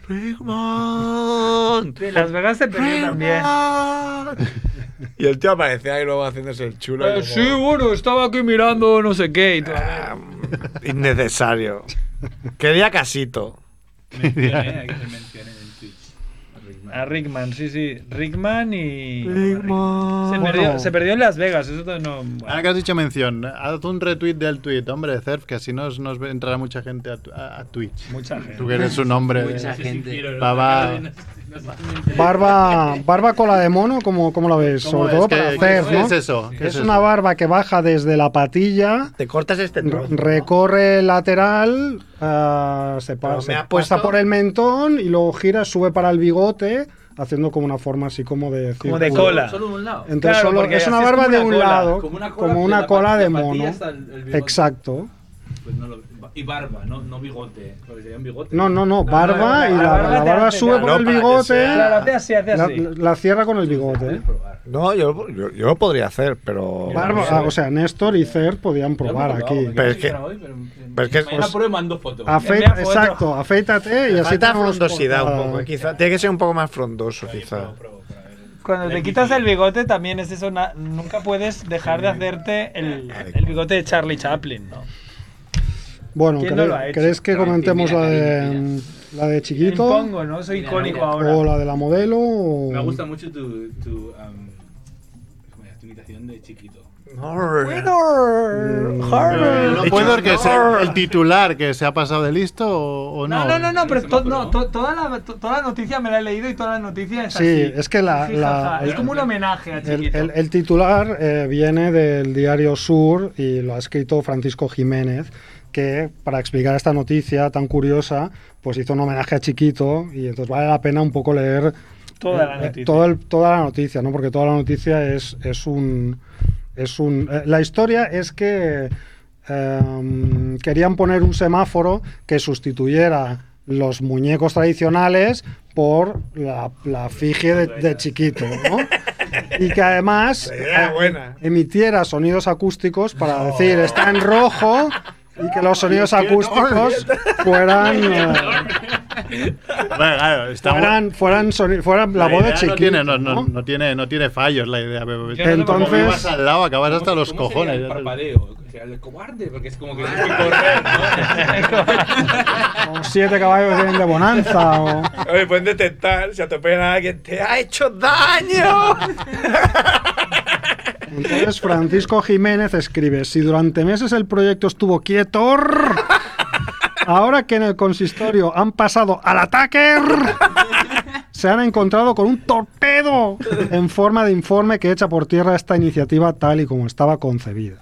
Speaker 1: Rickman.
Speaker 5: Sí, Las Vegas se perdió también. Eh,
Speaker 1: Y el tío aparecía ahí luego haciéndose el chulo. y
Speaker 5: Eh,
Speaker 1: como-
Speaker 5: sí, bueno, estaba aquí mirando no sé qué y todo.
Speaker 1: Ah, innecesario. Quería casito.
Speaker 2: Mencioné, aquí se mencioné en Twitch.
Speaker 5: A Rickman, sí, sí. Rickman y. Se,
Speaker 4: Bueno.
Speaker 5: perdió, se perdió en Las Vegas, eso to- no.
Speaker 3: Ahora Ah, que has dicho mención, haz un retweet del tweet, hombre, Cerf, que así nos, nos entrará mucha gente a, tu- a- a Twitch.
Speaker 5: Mucha gente.
Speaker 3: Tú que eres un hombre. de-
Speaker 8: Mucha gente.
Speaker 2: Pero
Speaker 3: Va, va.
Speaker 2: no- no- no-
Speaker 4: Barba, barba cola de mono, como cómo la ves?
Speaker 3: ¿Cómo
Speaker 4: Sobre
Speaker 3: es?
Speaker 4: todo
Speaker 3: ¿Qué-
Speaker 4: para
Speaker 3: qué-
Speaker 4: hacer,
Speaker 3: ¿Qué
Speaker 4: ¿no?
Speaker 3: es eso? ¿Qué
Speaker 4: Es
Speaker 3: eso?
Speaker 4: una barba que baja desde la patilla,
Speaker 1: Te cortas este
Speaker 4: r-
Speaker 1: trozo.
Speaker 4: recorre lateral, ah, se
Speaker 1: Pero
Speaker 4: pasa,
Speaker 1: me
Speaker 4: se
Speaker 1: has
Speaker 4: puesta
Speaker 1: puesto-
Speaker 4: por el mentón y luego gira, sube para el bigote, haciendo como una forma así como de
Speaker 5: Como de
Speaker 4: círculo.
Speaker 5: cola.
Speaker 8: Solo un lado.
Speaker 4: Entonces
Speaker 5: Claro,
Speaker 4: solo-
Speaker 5: porque
Speaker 4: es una
Speaker 5: así es
Speaker 4: barba
Speaker 5: como
Speaker 4: de
Speaker 5: una
Speaker 4: un
Speaker 5: cola,
Speaker 4: lado,
Speaker 2: como una cola,
Speaker 4: como
Speaker 2: pero
Speaker 4: una
Speaker 2: la
Speaker 4: cola
Speaker 2: pat-
Speaker 4: de
Speaker 2: la patilla
Speaker 4: mono.
Speaker 2: hasta el- el bigote.
Speaker 4: Exacto.
Speaker 2: Pues no lo- y barba, no, no bigote. Porque sería un bigote.
Speaker 4: No, no, no, barba
Speaker 5: no,
Speaker 4: y
Speaker 5: la
Speaker 4: la,
Speaker 5: barba
Speaker 4: la
Speaker 5: te
Speaker 4: barba
Speaker 5: hace
Speaker 4: sube
Speaker 5: daño.
Speaker 4: por
Speaker 1: No,
Speaker 4: el
Speaker 1: para que
Speaker 4: bigote,
Speaker 1: sea-
Speaker 5: Claro,
Speaker 4: la,
Speaker 5: hace así, hace así.
Speaker 4: la cierra con el bigote. ¿eh?
Speaker 2: Probar.
Speaker 1: No, yo, yo, yo lo podría hacer, pero.
Speaker 4: Barba- ah, o sea, Néstor y Cer podían probar aquí.
Speaker 1: Pero es que- pero es que-
Speaker 2: Mañana
Speaker 1: os-
Speaker 2: pruebo y mando fotos.
Speaker 5: Envía
Speaker 4: Afeita-
Speaker 5: foto.
Speaker 4: exacto, afeítate y así
Speaker 1: Falta
Speaker 4: tenemos
Speaker 1: frondosidad un
Speaker 4: portada.
Speaker 1: poco. eh, Quizá, tiene que ser un poco más frondoso, quizá.
Speaker 5: Cuando te quitas el bigote también es eso, na- nunca puedes dejar de hacerte el, el bigote de Charlie Chaplin, ¿no?
Speaker 4: Bueno,
Speaker 5: ¿Quién no lo ha
Speaker 4: ¿queréis,
Speaker 5: hecho?
Speaker 4: queréis que
Speaker 8: Claro,
Speaker 4: comentemos
Speaker 8: mira,
Speaker 4: la
Speaker 8: cariño,
Speaker 4: de, mm, la de Chiquito
Speaker 5: Impongo, ¿no? Soy icónico
Speaker 2: Mira,
Speaker 5: ahora.
Speaker 4: Mm. o la de la modelo? o-
Speaker 2: Me gusta mucho tu. tu um, ¿cómo era? Tu imitación de chiquito.
Speaker 3: Eh,
Speaker 1: Winner.
Speaker 3: No puedo que sea el titular que se ha pasado de listo o, o no.
Speaker 5: No, no, no, no, pero
Speaker 2: Eso
Speaker 5: to-
Speaker 2: no,
Speaker 5: no,
Speaker 2: pero-
Speaker 5: to- toda, la, to- toda la noticia me la he leído y toda la noticia es
Speaker 4: Sí,
Speaker 5: así.
Speaker 4: es que la- la-
Speaker 5: es como un homenaje a
Speaker 4: El,
Speaker 5: Chiquito.
Speaker 4: el- el titular eh, viene del diario Sur y lo ha escrito Francisco Jiménez, que para explicar esta noticia tan curiosa, pues hizo un homenaje a Chiquito y entonces vale la pena un poco leer
Speaker 5: toda la
Speaker 4: eh,
Speaker 5: noticia.
Speaker 4: todo el- toda la noticia, ¿no? Porque toda la noticia es, es un... Es un eh, la historia es que em, querían poner un semáforo que sustituyera los muñecos tradicionales por la, la efigie de, de chiquito, ¿no? Y que además
Speaker 1: idea
Speaker 4: eh,
Speaker 1: buena.
Speaker 4: emitiera sonidos acústicos para decir está en rojo y que los sonidos acústicos fueran... eh,
Speaker 3: Bueno, claro, estamos-
Speaker 4: fueran, fueran, soni- fueran la, voz de
Speaker 3: idea
Speaker 4: Chiquito.
Speaker 3: no tiene, no, no-
Speaker 4: ¿no?
Speaker 3: no tiene, no tiene fallos la idea. pero-
Speaker 5: Yo no sé por qué
Speaker 3: como
Speaker 4: Entonces-
Speaker 3: vivas al lado, acabas hasta los
Speaker 2: ¿Cómo sería
Speaker 3: cojones.
Speaker 2: El parpadeo. Sería el de cobarde, porque es como que tienes que correr, ¿no?
Speaker 4: O siete caballos vienen de bonanza. O...
Speaker 1: Oye, pueden detectar si atropellan a alguien. ¡Te ha hecho daño!
Speaker 4: Entonces Francisco Jiménez escribe, si durante meses el proyecto estuvo quieto, ahora que en el consistorio han pasado al ataque, se han encontrado con un torpedo en forma de informe que echa por tierra esta iniciativa tal y como estaba concebida.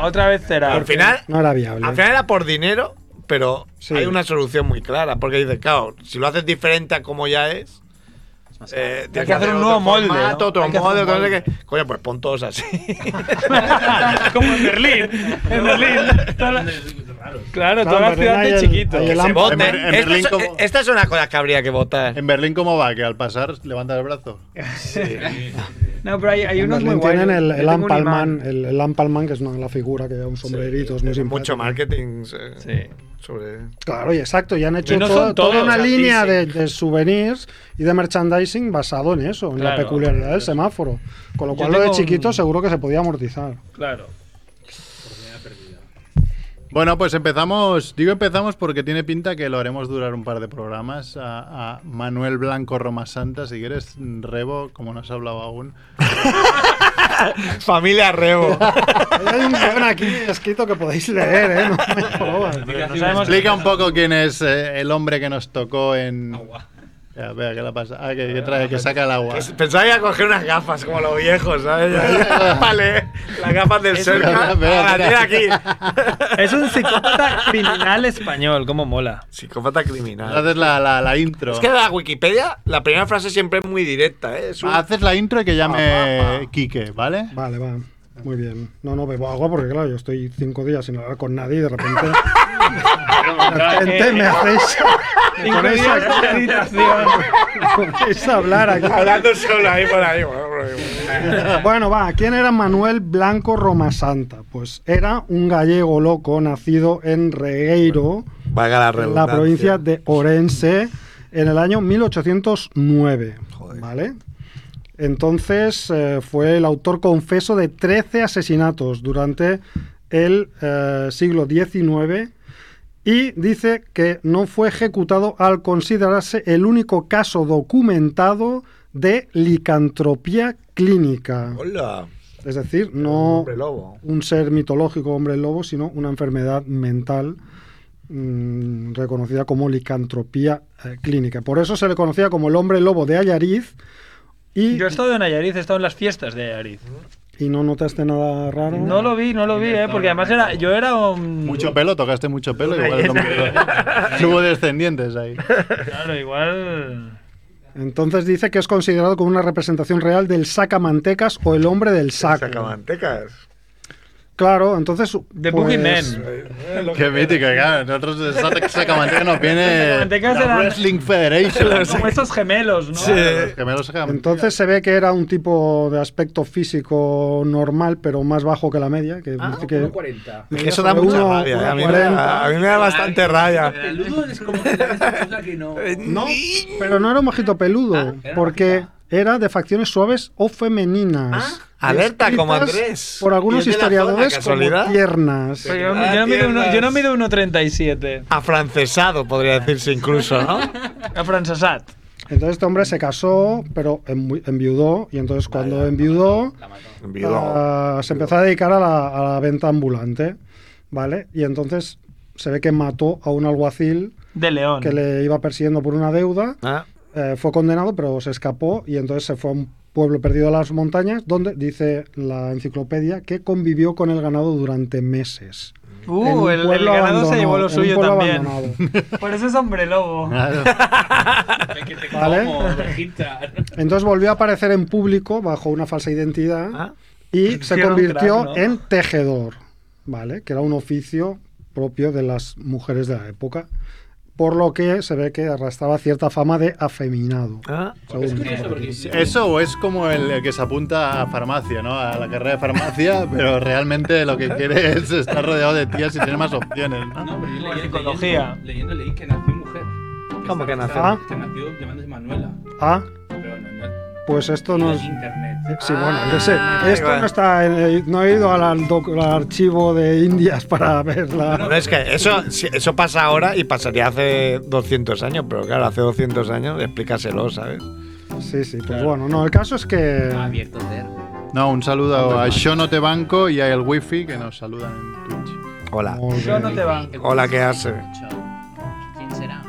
Speaker 5: Otra vez será.
Speaker 1: Al final,
Speaker 4: No era viable.
Speaker 1: al final era por dinero, pero
Speaker 4: Sí.
Speaker 1: hay una solución muy clara. Porque dice, claro, si lo haces diferente a como ya es. eh, tienes
Speaker 5: Hay que hacer un
Speaker 1: otro
Speaker 5: nuevo molde,
Speaker 1: formato,
Speaker 5: ¿no?
Speaker 1: otro
Speaker 5: Hay que hacer
Speaker 1: molde,
Speaker 5: un
Speaker 1: otro no sé
Speaker 5: molde.
Speaker 1: qué. Coño, pues pon todos así.
Speaker 5: como en Berlín. En Berlín. Toda la-
Speaker 2: Es raro.
Speaker 5: claro,
Speaker 4: No,
Speaker 5: toda la
Speaker 4: en Berlín
Speaker 5: ciudad
Speaker 4: hay
Speaker 5: de
Speaker 4: el-
Speaker 5: Chiquito.
Speaker 4: hay
Speaker 1: que
Speaker 4: el
Speaker 1: se
Speaker 4: am-
Speaker 1: voten.
Speaker 3: en Ber- en
Speaker 1: Estas
Speaker 3: Berlín
Speaker 1: son-
Speaker 3: como-
Speaker 1: Estas son las cosas que habría que votar.
Speaker 3: En Berlín, ¿cómo va? Que al pasar levanta el brazo.
Speaker 5: No, pero hay, hay
Speaker 4: En
Speaker 5: unos muy
Speaker 4: Berlín
Speaker 5: guays.
Speaker 4: tienen el,
Speaker 5: Yo
Speaker 4: el
Speaker 5: tengo un
Speaker 4: Ampalman,
Speaker 5: imán.
Speaker 4: el, el Ampalman, que es una, la figura que lleva un sombrerito, es muy simpático.
Speaker 1: Mucho marketing eh, sobre.
Speaker 4: Claro, y exacto, y han hecho
Speaker 5: Y no
Speaker 4: toda,
Speaker 5: son
Speaker 4: toda
Speaker 5: todos,
Speaker 4: una
Speaker 5: o sea,
Speaker 4: línea de,
Speaker 5: leasing.
Speaker 4: de souvenirs y de merchandising basado en eso, en la
Speaker 5: Claro.
Speaker 4: peculiaridad del semáforo. Con lo
Speaker 5: Yo
Speaker 4: cual lo de
Speaker 5: tengo un-
Speaker 4: chiquito seguro que se podía amortizar.
Speaker 5: Claro.
Speaker 3: Bueno, pues empezamos. Digo empezamos porque tiene pinta que lo haremos durar un par de programas. A, a Manuel Blanco Roma Santa, si quieres, Rebo, como no has hablado aún.
Speaker 1: Familia Rebo.
Speaker 4: Ahí Hay un guión aquí escrito que podéis leer, ¿eh? No me jodas.
Speaker 5: No sabemos
Speaker 3: Explica un poco quién es eh, el hombre que nos tocó en.
Speaker 2: Agua.
Speaker 3: Ya, vea, ¿qué le pasa? Ah, que, que trae, que saca el agua.
Speaker 1: Pues, Pensaba que iba a coger unas gafas como los viejos, ¿sabes? vale, las gafas del cerca.
Speaker 3: Espera,
Speaker 1: Ah, la tiene
Speaker 3: espera.
Speaker 1: aquí.
Speaker 5: Es un psicópata criminal español, cómo mola.
Speaker 1: Psicópata criminal.
Speaker 3: Haces la, la, la intro.
Speaker 1: Es que la Wikipedia, la primera frase siempre es muy directa, ¿eh? Es un-
Speaker 3: Haces la intro y que
Speaker 1: Ah,
Speaker 3: llame
Speaker 1: va,
Speaker 3: Quique, ¿vale?
Speaker 4: Vale, va. Muy bien. No, no bebo agua porque, claro, yo estoy cinco días sin hablar con nadie y de repente. De
Speaker 5: Ah,
Speaker 4: repente
Speaker 5: eh,
Speaker 4: me hacéis. me
Speaker 5: Cinco
Speaker 4: ponéis
Speaker 5: días de
Speaker 4: a-
Speaker 5: meditación.
Speaker 4: me ponéis a hablar aquí.
Speaker 1: Hablando solo ahí por ahí.
Speaker 4: Bueno, va, ¿quién era Manuel Blanco Romasanta? Pues era un gallego loco nacido en Regueiro,
Speaker 1: Vaga la
Speaker 4: en
Speaker 1: redundancia.
Speaker 4: la provincia de Orense, en el año 1809.
Speaker 1: Joder.
Speaker 4: ¿Vale? Entonces eh, fue el autor confeso de 13 asesinatos durante el eh, siglo XIX y dice que no fue ejecutado al considerarse el único caso documentado de licantropía clínica.
Speaker 1: Hola.
Speaker 4: Es decir, no
Speaker 1: Hombre lobo.
Speaker 4: un ser mitológico, hombre lobo, sino una enfermedad mental mm, reconocida como licantropía eh, clínica. Por eso se le conocía como el hombre lobo de Ayariz. Y,
Speaker 5: Yo he estado en Nayarit, he estado en las fiestas de Nayarit.
Speaker 4: y no notaste nada raro.
Speaker 5: No lo vi, no lo vi, eh, porque además era, yo era
Speaker 1: Mm.
Speaker 5: un...
Speaker 3: Mucho pelo, tocaste mucho pelo. Igual es lo mejor. Hubo descendientes ahí.
Speaker 5: Claro, igual...
Speaker 4: Entonces dice que es considerado como una representación real del sacamantecas o el hombre del saco.
Speaker 1: Sacamantecas.
Speaker 4: Claro, entonces.
Speaker 5: De
Speaker 4: pues,
Speaker 5: Boogeyman.
Speaker 3: Qué mítico, claro. Nosotros de Santa Sacamanteca nos viene
Speaker 5: Sacamantecas
Speaker 3: la
Speaker 5: eran-
Speaker 3: Wrestling Federation.
Speaker 4: Pues,
Speaker 5: Como esos gemelos, ¿no?
Speaker 3: Los gemelos Sacamanteca.
Speaker 4: Entonces se ve que era un tipo de aspecto físico normal, pero más bajo que la media. Que, dice que-
Speaker 2: 40.
Speaker 1: Es que eso da
Speaker 4: Uno-
Speaker 1: mucha rabia. ¿eh? A mí, me da, a mí me da bastante
Speaker 2: La
Speaker 1: rabia.
Speaker 2: luz es como que la cosa que no.
Speaker 4: No, pero no era un mojito peludo,
Speaker 2: Ah, era
Speaker 4: porque
Speaker 2: mojita.
Speaker 4: era de facciones suaves o femeninas.
Speaker 1: Ah, alerta,
Speaker 4: descritas
Speaker 1: como Andrés.
Speaker 4: Por algunos
Speaker 1: ¿Y es de la zona,
Speaker 4: historiadores como
Speaker 1: casualidad?
Speaker 4: tiernas.
Speaker 5: Pero Yo, yo no mido uno- yo no mido 1,37.
Speaker 1: Afrancesado, podría decirse incluso, ¿no?
Speaker 5: A Francesat.
Speaker 4: Entonces este hombre se casó, pero envi- enviudó, y entonces cuando enviudó,
Speaker 8: La mató.
Speaker 4: ah, se empezó a dedicar a la, a la venta ambulante, ¿vale? Y entonces se ve que mató a un alguacil
Speaker 5: De León.
Speaker 4: que le iba persiguiendo por una deuda,
Speaker 1: Ah,
Speaker 4: eh, fue condenado, pero se escapó y entonces se fue a un pueblo perdido de las montañas, donde dice la enciclopedia que convivió con el ganado durante meses. En
Speaker 5: Uh,
Speaker 4: un
Speaker 5: el, el
Speaker 4: pueblo
Speaker 5: ganado se
Speaker 4: abandonado,
Speaker 5: llevó
Speaker 4: en
Speaker 5: lo
Speaker 4: un
Speaker 5: suyo
Speaker 4: pueblo
Speaker 5: también.
Speaker 4: abandonado. Ah,
Speaker 5: Por eso es hombre lobo.
Speaker 3: Claro.
Speaker 2: Es que te
Speaker 4: Vale.
Speaker 2: como, ovejita.
Speaker 4: Entonces volvió a aparecer en público bajo una falsa identidad
Speaker 1: ah.
Speaker 4: y se
Speaker 5: Sí, era un
Speaker 4: convirtió
Speaker 5: crack, ¿no?
Speaker 4: en tejedor, ¿vale? Que era un oficio propio de las mujeres de la época, por lo que se ve que arrastraba cierta fama de afeminado.
Speaker 1: ah.
Speaker 2: Es
Speaker 4: según
Speaker 2: curioso
Speaker 4: Sócrates.
Speaker 2: porque
Speaker 3: Eso o es como el, el que se apunta a farmacia, ¿no? A la carrera de farmacia, pero realmente lo que quiere es estar rodeado de tías y tener más opciones, ¿no?
Speaker 2: No, pero yo
Speaker 5: Como
Speaker 2: leí-
Speaker 5: psicología.
Speaker 2: Leyendo, leyendo leí que nació mujer.
Speaker 1: ¿Cómo que nació?
Speaker 2: Esta- esta nació llamándose Manuela.
Speaker 4: Ah,
Speaker 2: Pero no, no,
Speaker 4: pues esto no es...
Speaker 2: en internet.
Speaker 4: Sí, bueno, yo sé. Esto
Speaker 1: igual.
Speaker 4: no está en el- No he ido al, al doc- al archivo de Indias para verla.
Speaker 1: Bueno, es que eso, si- eso pasa ahora y pasaría hace 200 años, pero claro, hace 200 años explícaselo, ¿sabes?
Speaker 4: Sí, sí, pues bueno, no, el caso es que...
Speaker 8: Ah, abierto ser.
Speaker 3: No, un saludo a Yo no te banco y a el wifi que nos saludan en Twitch.
Speaker 1: Hola.
Speaker 4: Muy
Speaker 5: Yo no
Speaker 4: bien.
Speaker 5: te va.
Speaker 1: Hola, ¿qué hace?
Speaker 8: ¿Quién será?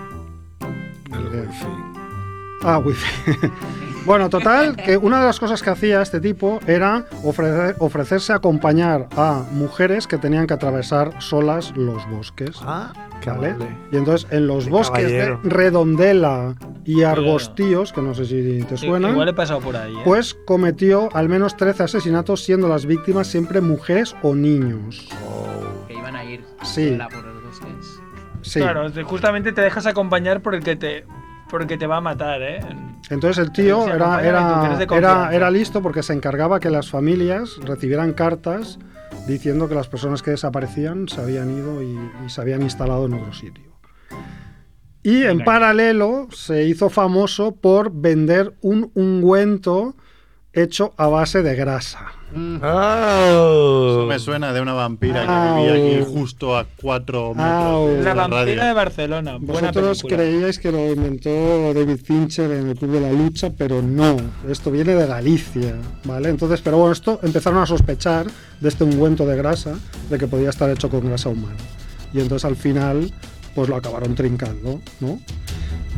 Speaker 4: Ah, wifi. bueno, total, que una de las cosas que hacía este tipo era ofrecer, ofrecerse a acompañar a mujeres que tenían que atravesar solas los bosques.
Speaker 1: Ah,
Speaker 4: ¿vale?
Speaker 1: vale.
Speaker 4: Y entonces en los
Speaker 1: Qué
Speaker 4: bosques
Speaker 1: caballero.
Speaker 4: de Redondela y Argostíos, que no sé si te
Speaker 5: Sí,
Speaker 4: suenan,
Speaker 5: Igual he pasado por ahí. ¿eh?
Speaker 4: pues cometió al menos 13 asesinatos siendo las víctimas siempre mujeres o niños.
Speaker 1: Oh.
Speaker 8: Que iban a ir
Speaker 4: Sí.
Speaker 8: sola por los bosques.
Speaker 4: Sí.
Speaker 5: Claro, te- justamente te dejas acompañar por el que te, por el que te va a matar, ¿eh?
Speaker 4: Entonces el
Speaker 5: Sí,
Speaker 4: tío
Speaker 5: sí,
Speaker 4: era,
Speaker 5: acompáñame, tú que eres
Speaker 4: era,
Speaker 5: de
Speaker 4: era,
Speaker 5: confianza.
Speaker 4: era listo porque se encargaba que las familias recibieran cartas diciendo que las personas que desaparecían se habían ido y, y se habían instalado en otro sitio. Y en paralelo se hizo famoso por vender un ungüento hecho a base de grasa.
Speaker 1: Oh.
Speaker 3: Me suena de una vampira
Speaker 4: Au.
Speaker 3: que vivía aquí justo a cuatro
Speaker 4: Au.
Speaker 3: metros de
Speaker 5: La
Speaker 3: la
Speaker 5: vampira de
Speaker 3: radio.
Speaker 5: Barcelona. Buena
Speaker 4: Vosotros
Speaker 5: película.
Speaker 4: creíais que lo inventó David Fincher en el Club de la Lucha, pero no. Esto viene de Galicia, ¿vale? Entonces, pero bueno, esto empezaron a sospechar de este ungüento de grasa, de que podía estar hecho con grasa humana. Y entonces al final, pues lo acabaron trincando, ¿no?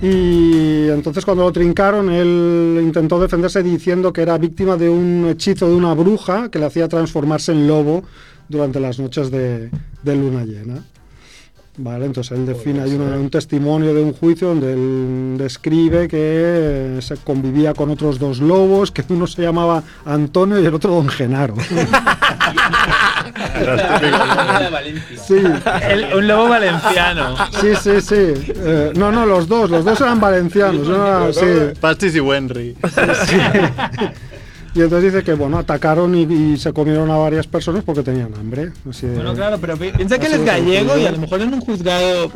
Speaker 4: Y entonces cuando lo trincaron, él intentó defenderse diciendo que era víctima de un hechizo de una bruja que le hacía transformarse en lobo durante las noches de, de luna llena. Vale, entonces él define, hay una- un testimonio de un juicio donde él describe que eh, se convivía con otros dos lobos, que uno se llamaba Antonio y el otro Don Genaro.
Speaker 2: Manuela de Valencia.
Speaker 4: Sí,
Speaker 5: El- un lobo valenciano.
Speaker 4: sí, sí, sí. Eh, no, no, los dos, los dos eran valencianos. no era- sí.
Speaker 3: Pastis y Wenry.
Speaker 4: Y entonces dice que, bueno, atacaron y, y se comieron a varias personas porque tenían hambre. Así de-
Speaker 5: Bueno, claro, pero pi- piensa que él es
Speaker 4: Absolutamente.
Speaker 5: gallego y a lo mejor en un juzgado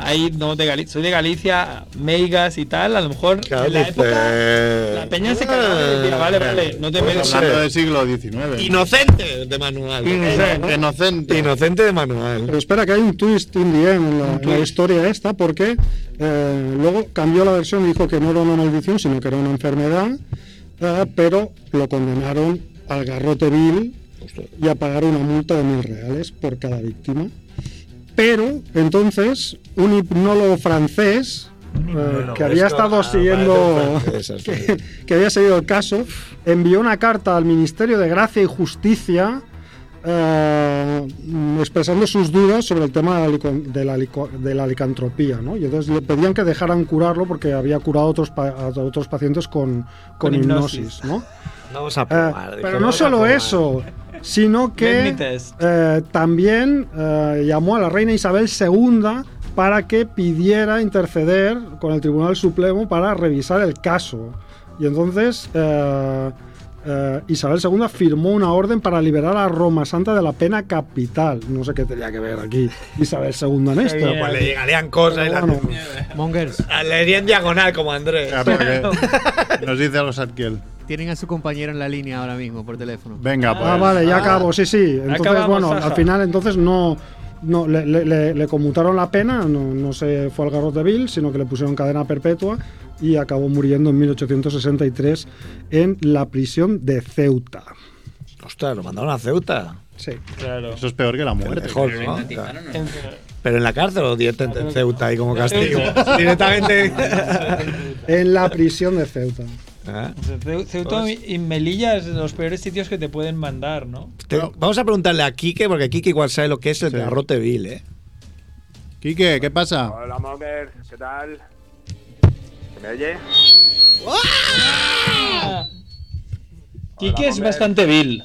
Speaker 5: ahí, no, de Galicia, soy de Galicia, Meigas y tal, a lo mejor en la época la peña se cagaba y decía, vale, vale, no te metes.
Speaker 3: Pues Hablando del siglo XIX.
Speaker 1: Inocente de manual.
Speaker 5: Mm,
Speaker 3: Inocente. Inocente.
Speaker 1: Inocente de manual.
Speaker 4: Pero espera, que hay un twist in the end en la, en la historia esta, porque eh, luego cambió la versión y dijo que no era una maldición, sino que era una enfermedad, eh, pero lo condenaron al garrote vil y a pagar una multa de mil reales por cada víctima. Pero entonces un hipnólogo francés eh, que había
Speaker 1: Esto-
Speaker 4: estado
Speaker 1: ah, vale,
Speaker 4: siguiendo
Speaker 1: son francesas,
Speaker 4: que, que había seguido el caso envió una carta al Ministerio de Gracia y Justicia eh, expresando sus dudas sobre el tema de la, lico- de la lico- de la licantropía, ¿no? Y entonces le pedían que dejaran curarlo porque había curado a otros, pa- a otros pacientes con, con
Speaker 5: Con
Speaker 4: hipnosis,
Speaker 5: hipnosis.
Speaker 4: ¿no?
Speaker 1: Vamos a
Speaker 4: Eh,
Speaker 1: probar. dije,
Speaker 4: pero no
Speaker 1: vamos a
Speaker 4: solo
Speaker 1: probar.
Speaker 4: eso, sino
Speaker 5: Make
Speaker 4: que
Speaker 5: me test.
Speaker 4: eh, también eh, llamó a la reina Isabel II para que pidiera interceder con el Tribunal Supremo para revisar el caso. Y entonces eh, eh, Isabel II firmó una orden para liberar a Roma Santa de la pena capital. No sé qué tenía que ver aquí Isabel II en esto.
Speaker 5: bien.
Speaker 1: Pues le llegarían cosas y
Speaker 4: Pero
Speaker 1: la-
Speaker 4: bueno,
Speaker 7: Mongers,
Speaker 1: la leería en diagonal como Andrés.
Speaker 3: Ah, pero que- Nos dice algo Sadkiel.
Speaker 7: tienen a su compañero en la línea ahora mismo por teléfono.
Speaker 3: Venga, pues.
Speaker 4: Ah, vale, ya Ah, acabo, sí, sí. Entonces,
Speaker 5: Acabamos,
Speaker 4: bueno,
Speaker 5: Sasa.
Speaker 4: al final entonces no, No, le, le- le- le conmutaron la pena, no, no se fue al Garrotteville, sino que le pusieron cadena perpetua y acabó muriendo en 1863 en la prisión de Ceuta.
Speaker 1: Ostras, lo mandaron a Ceuta.
Speaker 4: Sí.
Speaker 5: Claro.
Speaker 3: Eso es peor que la muerte.
Speaker 1: Mejor,
Speaker 8: Lo
Speaker 1: ¿no?
Speaker 8: hipnotizaron, ¿no?
Speaker 1: Pero en la cárcel o directamente en Ceuta ahí como castigo. Directamente.
Speaker 4: En la prisión de Ceuta.
Speaker 1: Ah,
Speaker 5: Ceu- Ceuta y Melilla es los peores sitios que te pueden mandar, ¿no?
Speaker 1: te- Vamos a preguntarle a Quique, porque Quique igual sabe lo que es el garroteville, ¿eh?
Speaker 3: Quique, ¿qué pasa?
Speaker 9: Hola, Monger, ¿qué tal? ¿Se me oye?
Speaker 5: Quique es
Speaker 9: Bomber.
Speaker 5: bastante vil.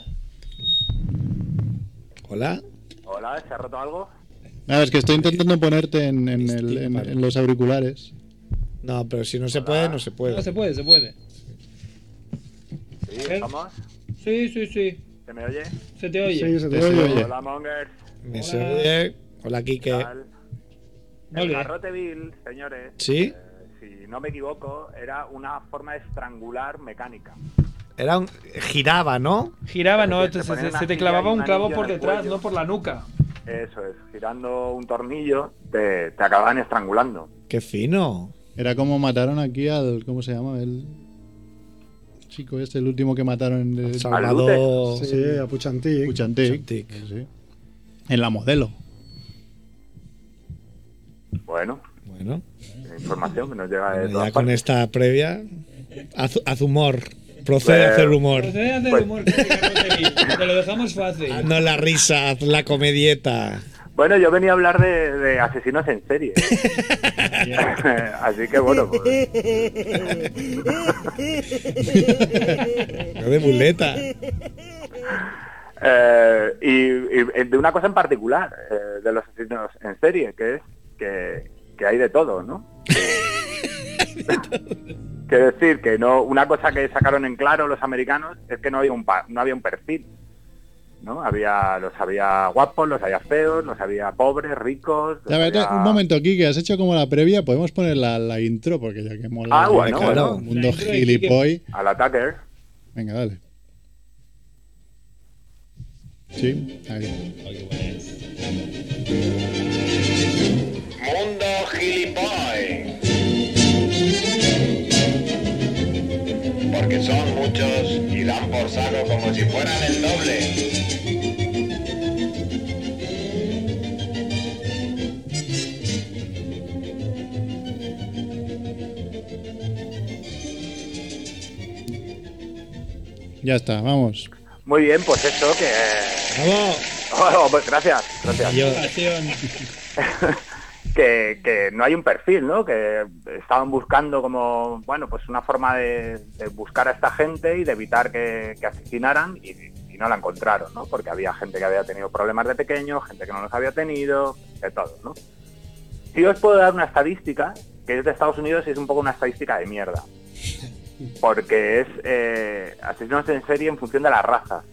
Speaker 1: Hola.
Speaker 9: Hola, ¿se ha roto algo?
Speaker 3: Nada, es que estoy intentando ponerte en, en
Speaker 5: Este
Speaker 3: el- en- en los auriculares.
Speaker 1: No, pero si no se puede, no se
Speaker 5: No, se
Speaker 1: puede.
Speaker 5: puede, se puede.
Speaker 9: Sí,
Speaker 5: ver.
Speaker 9: ¿estamos?
Speaker 5: Sí, sí, sí.
Speaker 9: ¿Se me oye?
Speaker 5: Se te oye.
Speaker 4: Sí, se te
Speaker 3: Te
Speaker 4: oye.
Speaker 3: sigo, oye.
Speaker 9: Hola, Monger,
Speaker 1: Me se oye. Hola,
Speaker 9: ¿qué
Speaker 1: Quique.
Speaker 9: tal?
Speaker 5: Muy
Speaker 9: El
Speaker 5: bien.
Speaker 9: garroteville, señores,
Speaker 1: ¿Sí?
Speaker 9: si no me equivoco, era una forma de estrangular mecánica.
Speaker 1: Era un... Giraba, ¿no?
Speaker 5: Giraba, no,
Speaker 9: Te
Speaker 5: entonces
Speaker 9: ponen
Speaker 5: se,
Speaker 9: una
Speaker 5: se te
Speaker 9: silla
Speaker 5: clavaba
Speaker 9: y
Speaker 5: un
Speaker 9: un
Speaker 5: clavo
Speaker 9: anillo
Speaker 5: por
Speaker 9: en el
Speaker 5: detrás,
Speaker 9: cuello.
Speaker 5: no por la nuca.
Speaker 9: Eso es, girando un tornillo te, te acababan estrangulando.
Speaker 1: Qué fino.
Speaker 3: Era como mataron aquí al. ¿Cómo se llama? El chico este, el último que mataron de
Speaker 1: Salvador.
Speaker 4: Sí, a Puchantí.
Speaker 3: Puchantec.
Speaker 1: Puchantec.
Speaker 3: Sí. En la modelo.
Speaker 9: Pues Bueno,
Speaker 1: Bueno,
Speaker 9: información que nos llega de
Speaker 1: ya
Speaker 9: todas
Speaker 1: con
Speaker 9: partes.
Speaker 1: esta previa, haz, haz humor. Procede a
Speaker 9: Bueno.
Speaker 1: hacer humor.
Speaker 5: Procede a hacer
Speaker 9: Pues-
Speaker 5: humor, Quique, que no te vi. te lo dejamos fácil.
Speaker 2: Ah,
Speaker 1: Haznos la risa, haz la comedieta.
Speaker 9: Bueno, yo venía a hablar de, de asesinos en serie. Así que bueno, pues,
Speaker 1: No de muleta.
Speaker 9: Eh, y, y de una cosa en particular, eh, de los asesinos en serie, que es que, que hay de todo, ¿no? que decir que no una cosa que sacaron en claro los americanos es que no había un pa- no había un perfil no había los había guapos los había feos los había pobres ricos los
Speaker 3: La verdad,
Speaker 9: había-
Speaker 3: un momento, Quique, has hecho como la previa. Podemos poner la, la intro porque ya que mola.
Speaker 9: Ah, bueno,
Speaker 1: bueno.
Speaker 3: Un Mundo
Speaker 5: La intro de Quique.
Speaker 3: gilipoy.
Speaker 9: al ataque
Speaker 3: Venga, dale. Sí, ahí.
Speaker 10: Mundo gilipoy. Porque son muchos y dan por saco como si fueran el doble.
Speaker 3: Ya está, vamos.
Speaker 9: muy bien pues eso que
Speaker 1: Vamos.
Speaker 9: Oh, pues gracias gracias
Speaker 1: Yo,
Speaker 5: Pasión.
Speaker 9: que, que no hay un perfil, ¿no? Que estaban buscando como, bueno, pues una forma de, de buscar a esta gente y de evitar que, que asesinaran y, y no la encontraron, ¿no? Porque había gente que había tenido problemas de pequeño, gente que no los había tenido, de todo, ¿no? Si yo os puedo dar una estadística, que es de Estados Unidos y es un poco una estadística de mierda. Porque es eh, asesinos en serie en función de las razas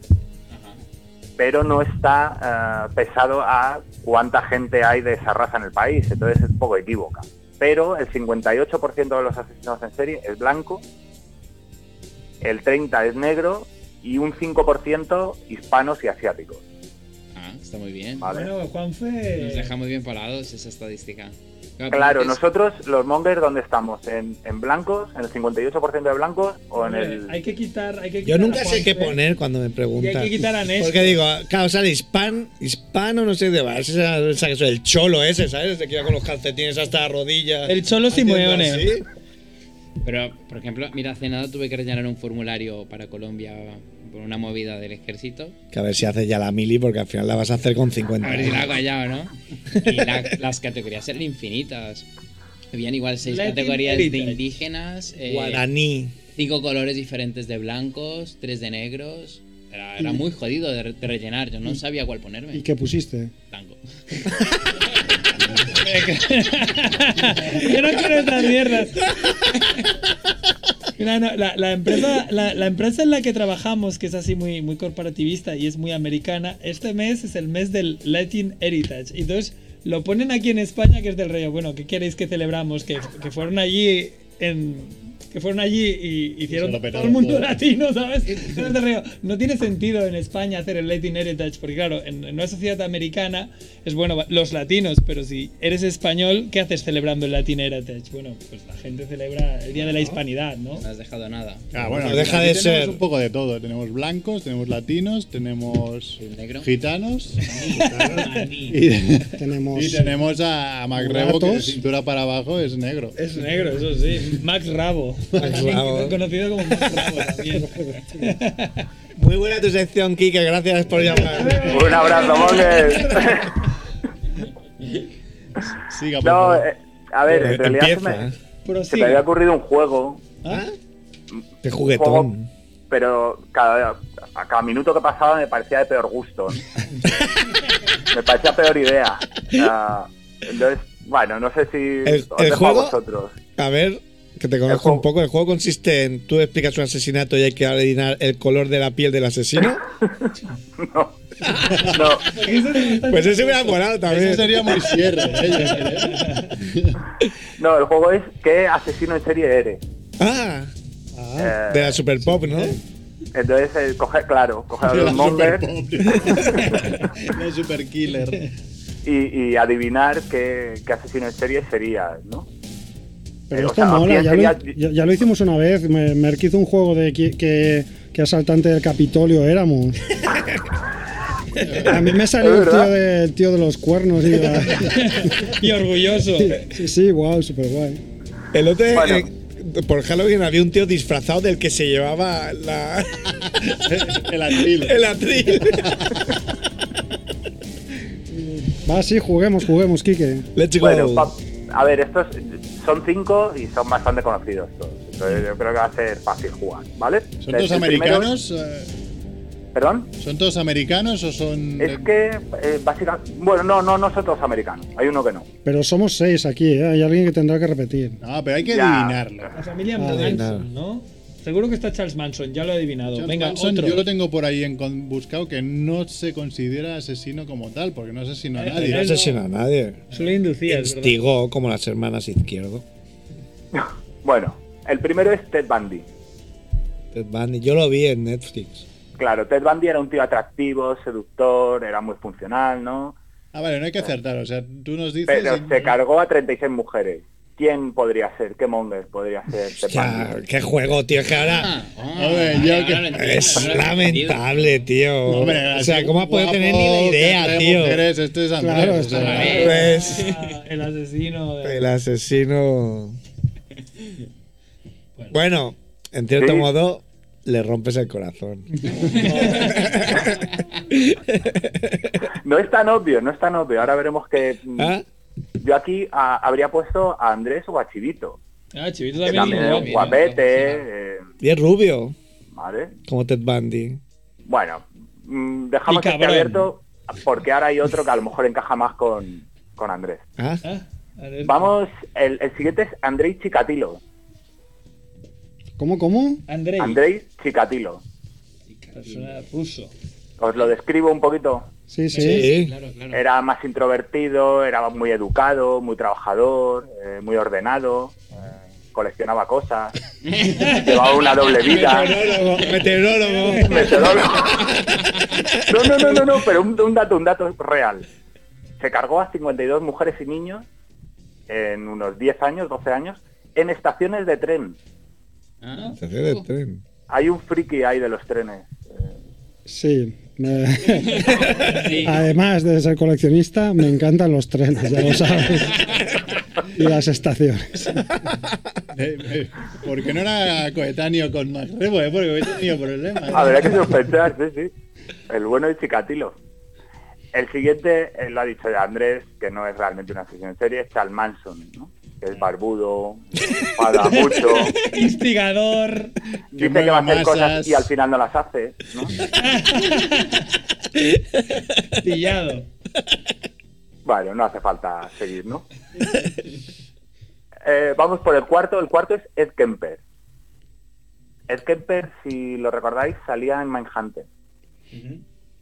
Speaker 9: pero no está eh, pesado a cuánta gente hay de esa raza en el país, entonces es un poco equívoca. Pero el 58% de los asesinados en serie es blanco, el 30% es negro y un 5% hispanos y asiáticos.
Speaker 8: Ah, está muy bien.
Speaker 9: ¿vale?
Speaker 5: Bueno, Juan
Speaker 8: Nos
Speaker 5: fue.
Speaker 8: deja muy bien parados esa estadística.
Speaker 9: claro,
Speaker 8: es-
Speaker 9: nosotros los mongers, ¿dónde estamos? ¿En, en blancos? ¿En el 58% de blancos? ¿O en el...?
Speaker 5: Hay que quitar. Hay que
Speaker 1: yo
Speaker 5: quitar
Speaker 1: nunca
Speaker 5: a
Speaker 1: sé qué
Speaker 5: Juanfe.
Speaker 1: poner cuando me preguntan.
Speaker 5: ¿eh? Y hay que quitar a Néstor.
Speaker 1: Porque digo, claro, sale hispan, hispano, no sé de va, ese es esa- esa- el cholo ese, ¿sabes? Ese que iba con los calcetines hasta la rodilla.
Speaker 5: El Cholo
Speaker 1: haciendo
Speaker 5: Simeone.
Speaker 1: así.
Speaker 8: Pero, por ejemplo, mira, hace nada tuve que rellenar un formulario para Colombia por una movida del ejército.
Speaker 1: Que a ver si haces ya la mili, porque al final la vas a hacer con 50.
Speaker 8: A ver si la hago allá o no. Y la- las categorías eran infinitas. Habían igual seis
Speaker 5: Latin
Speaker 8: categorías de
Speaker 5: Heritage.
Speaker 8: indígenas, eh,
Speaker 1: Guaraní.
Speaker 8: cinco colores diferentes de blancos, tres de negros. Era, era muy jodido de, re- de rellenar, yo no sabía cuál ponerme.
Speaker 4: ¿Y qué pusiste?
Speaker 8: Blanco.
Speaker 5: Yo no quiero estas mierdas. Mira, no, la, la empresa, la, la empresa en la que trabajamos, que es así muy, muy corporativista y es muy americana, este mes es el mes del Latin Heritage. Y entonces lo ponen aquí en España, que es del rey. Bueno, ¿qué queréis que celebramos? Que, que fueron allí en, que fueron allí y hicieron
Speaker 1: se lo
Speaker 5: todo
Speaker 1: petaron
Speaker 5: el mundo
Speaker 1: todo.
Speaker 5: latino, ¿sabes? Entonces, te río, no tiene sentido en España hacer el Latin Heritage, porque claro, en, en una sociedad americana es bueno va- los latinos, pero si eres español, ¿qué haces celebrando el Latin Heritage? Bueno, pues la gente celebra el Día de la Hispanidad, ¿no? No
Speaker 8: has dejado nada.
Speaker 3: Ah, bueno,
Speaker 1: No deja
Speaker 3: aquí
Speaker 1: de
Speaker 3: tenemos
Speaker 1: ser.
Speaker 3: un poco de todo. Tenemos blancos, tenemos latinos, tenemos gitanos. y,
Speaker 4: tenemos,
Speaker 3: y
Speaker 9: Pues-
Speaker 3: tenemos a, a Magrebo, que de
Speaker 5: Mulatos.
Speaker 3: cintura para abajo es negro.
Speaker 9: Eh,
Speaker 5: Es negro, eso sí. Max Rabo.
Speaker 3: Max Rabo.
Speaker 5: Conocido como Max Rabo también.
Speaker 1: Muy buena tu sección, Kike. Gracias por llamar.
Speaker 9: Un abrazo, Monger.
Speaker 3: Siga, por
Speaker 9: No,
Speaker 3: favor.
Speaker 9: eh, a ver,
Speaker 1: Eh,
Speaker 9: en realidad se
Speaker 1: empieza.
Speaker 9: me, se me
Speaker 5: Prosiga.
Speaker 9: había ocurrido un juego,
Speaker 1: Qué
Speaker 9: juego,
Speaker 1: juguetón.
Speaker 9: pero cada, a cada minuto que pasaba me parecía de peor gusto. me parecía peor idea. Ah, entonces, bueno, no sé si
Speaker 1: El-
Speaker 9: os
Speaker 1: el
Speaker 9: dejo
Speaker 1: juego-
Speaker 9: a vosotros.
Speaker 1: A ver, que te conozco un poco. El juego consiste en tú explicas un asesinato y hay que adivinar el color de la piel del asesino.
Speaker 9: No,
Speaker 1: Pues ese hubiera molado también.
Speaker 3: Eso sería muy cierre. eh?
Speaker 9: no, el juego es ¿Qué asesino en serie eres?
Speaker 1: Ah,
Speaker 9: Eh,
Speaker 1: de la Super Pop, ¿no?
Speaker 9: Entonces, eh, coge, claro, coge a
Speaker 1: De la
Speaker 9: los Mongers
Speaker 3: La super killer.
Speaker 9: y, y adivinar qué, qué asesino en serie sería, ¿no?
Speaker 4: Pero
Speaker 9: Eh, o
Speaker 4: esto
Speaker 9: sea,
Speaker 4: mola,
Speaker 9: aquí
Speaker 4: ya lo,
Speaker 9: sería-
Speaker 4: ya- ya lo hicimos una vez. Me- Merck hizo un juego de que, que- que asaltante del Capitolio éramos. A mí me salió el tío, de, el tío de los cuernos. Y, la-
Speaker 5: Y orgulloso.
Speaker 4: sí, sí, wow, súper guay.
Speaker 1: El otro, eh, por Halloween había un tío disfrazado del que se llevaba la,
Speaker 3: el atril.
Speaker 1: el atril.
Speaker 4: Va, sí, juguemos, juguemos, Quique.
Speaker 9: Bueno, pa- a ver, estos son cinco y son bastante conocidos todos. Entonces yo creo que va a ser fácil jugar, ¿vale?
Speaker 3: ¿Son
Speaker 9: El-
Speaker 3: todos
Speaker 9: el primero-
Speaker 3: americanos? eh,
Speaker 9: ¿Perdón?
Speaker 3: ¿Son todos americanos o son.?
Speaker 9: Es que, eh, básicamente. Bueno, no, no, no son todos americanos. Hay uno que no.
Speaker 4: Pero somos seis aquí, ¿eh? hay alguien que tendrá que repetir.
Speaker 3: No, Ah, pero hay que
Speaker 9: Ya.
Speaker 3: adivinarlo.
Speaker 5: La familia
Speaker 4: Ah,
Speaker 5: Manson,
Speaker 4: nada.
Speaker 5: ¿no? Seguro que está Charles Manson, ya lo he adivinado.
Speaker 3: Charles
Speaker 5: Venga,
Speaker 3: Manson,
Speaker 5: otro.
Speaker 3: Yo lo tengo por ahí en con- buscado que no se considera asesino como tal, porque no asesinó a
Speaker 5: Eh,
Speaker 3: nadie.
Speaker 1: No asesinó a nadie.
Speaker 5: Solo inducía, es verdad.
Speaker 1: Instigó como las hermanas izquierdo.
Speaker 9: Bueno, el primero es Ted Bundy.
Speaker 1: Ted Bundy. Yo lo vi en Netflix.
Speaker 9: Claro, Ted Bundy era un tío atractivo, seductor, era muy funcional, ¿no?
Speaker 3: Ah, vale, no hay que acertar. O sea, tú nos dices.
Speaker 9: Pero
Speaker 3: y-
Speaker 9: se cargó a 36 mujeres. ¿Quién podría ser? ¿Qué monger podría ser Ted
Speaker 1: Ya,
Speaker 9: Bundy?
Speaker 1: qué juego, tío. Que
Speaker 8: Ah,
Speaker 1: ahora.
Speaker 3: Hombre, yo que-
Speaker 1: Es lamentable, tío.
Speaker 3: Ah. Hombre,
Speaker 1: o sea, ¿cómo has
Speaker 3: así,
Speaker 1: podido tener ni
Speaker 3: guapo,
Speaker 1: la idea,
Speaker 3: que trae
Speaker 1: tío?
Speaker 3: mujeres, este es Andrés.
Speaker 4: Claro,
Speaker 3: o
Speaker 4: este
Speaker 3: sea, eh,
Speaker 1: Pues,
Speaker 5: Ah, el asesino. de-
Speaker 1: el asesino. Bueno, en cierto
Speaker 9: Sí.
Speaker 1: modo, le rompes el corazón.
Speaker 9: No es tan obvio, no es tan obvio. Ahora veremos que. mm,
Speaker 1: ¿Ah?
Speaker 9: Yo aquí a- habría puesto a Andrés o a Chivito.
Speaker 5: Ah, Chivito
Speaker 9: que
Speaker 5: también.
Speaker 9: también
Speaker 5: es
Speaker 9: es
Speaker 5: guapo.
Speaker 9: un guapete. eh,
Speaker 1: Y es rubio,
Speaker 9: vale.
Speaker 1: como Ted Bundy.
Speaker 9: Bueno, mm, dejamos
Speaker 5: Y
Speaker 9: este
Speaker 5: cabrón.
Speaker 9: abierto porque ahora hay otro que a lo mejor encaja más con, con Andrés.
Speaker 1: ¿Ah?
Speaker 5: Ah, a ver.
Speaker 9: Vamos, el, el siguiente es Andrés Chikatilo.
Speaker 4: ¿Cómo, cómo?
Speaker 5: Andrei.
Speaker 9: Andrés Chikatilo.
Speaker 5: Persona ruso.
Speaker 9: Os lo describo un poquito.
Speaker 4: Sí, sí.
Speaker 8: Claro, claro.
Speaker 9: Era más introvertido, era muy educado, muy trabajador, eh, muy ordenado, eh, coleccionaba cosas, llevaba una doble vida.
Speaker 1: Meteorólogo, meteorólogo.
Speaker 9: Meteorólogo. No, no, no, no, no, pero un, un dato, un dato real. Se cargó a 52 mujeres y niños en unos 10 años, 12 años, en estaciones de tren.
Speaker 8: Ah,
Speaker 1: Estación de tren.
Speaker 9: Hay un friki ahí de los trenes.
Speaker 4: Sí. me-
Speaker 8: sí.
Speaker 4: Además de ser coleccionista, me encantan los trenes, ya lo sabes. Y las estaciones.
Speaker 3: eh, eh, porque no era coetáneo con Max Rebo, eh, porque hubiera tenido problemas.
Speaker 9: A ver, hay que sospechar, sí, sí. El bueno de Chikatilo. El siguiente, eh, lo ha dicho ya Andrés, que no es realmente una sesión en serie, es Charles Manson, ¿no? Que es barbudo, paga mucho,
Speaker 5: Instigador.
Speaker 9: dice que va a hacer
Speaker 3: mueve
Speaker 9: cosas
Speaker 3: masas.
Speaker 9: y al final no las hace, ¿no?
Speaker 8: Ah.
Speaker 5: Pillado.
Speaker 9: Bueno, no hace falta seguir, ¿no? Eh, vamos por el cuarto. El cuarto es Ed Kemper. Ed Kemper, si lo recordáis, salía en Mindhunter.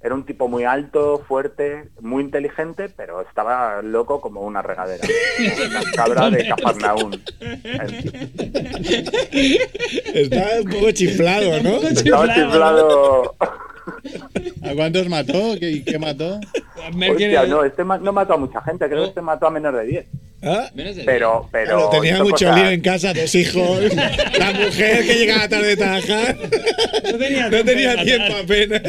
Speaker 9: Era un tipo muy alto, fuerte, muy inteligente, pero estaba loco como una regadera. Como la cabra de Cafarnaún.
Speaker 1: Está un poco chiflado, ¿no?
Speaker 9: Estaba chiflado.
Speaker 3: ¿A cuántos mató? ¿Qué, qué mató?
Speaker 9: Hostia, no, este ma- no mató a mucha gente, creo que este mató a menos de 10.
Speaker 1: ¿Ah?
Speaker 9: Pero, pero.
Speaker 1: Claro, tenía
Speaker 9: hizo
Speaker 1: mucho
Speaker 9: cosas-
Speaker 1: lío en casa, dos hijos, la mujer que llegaba tarde de trabajar.
Speaker 5: No tenía,
Speaker 1: No tenía tiempo apenas.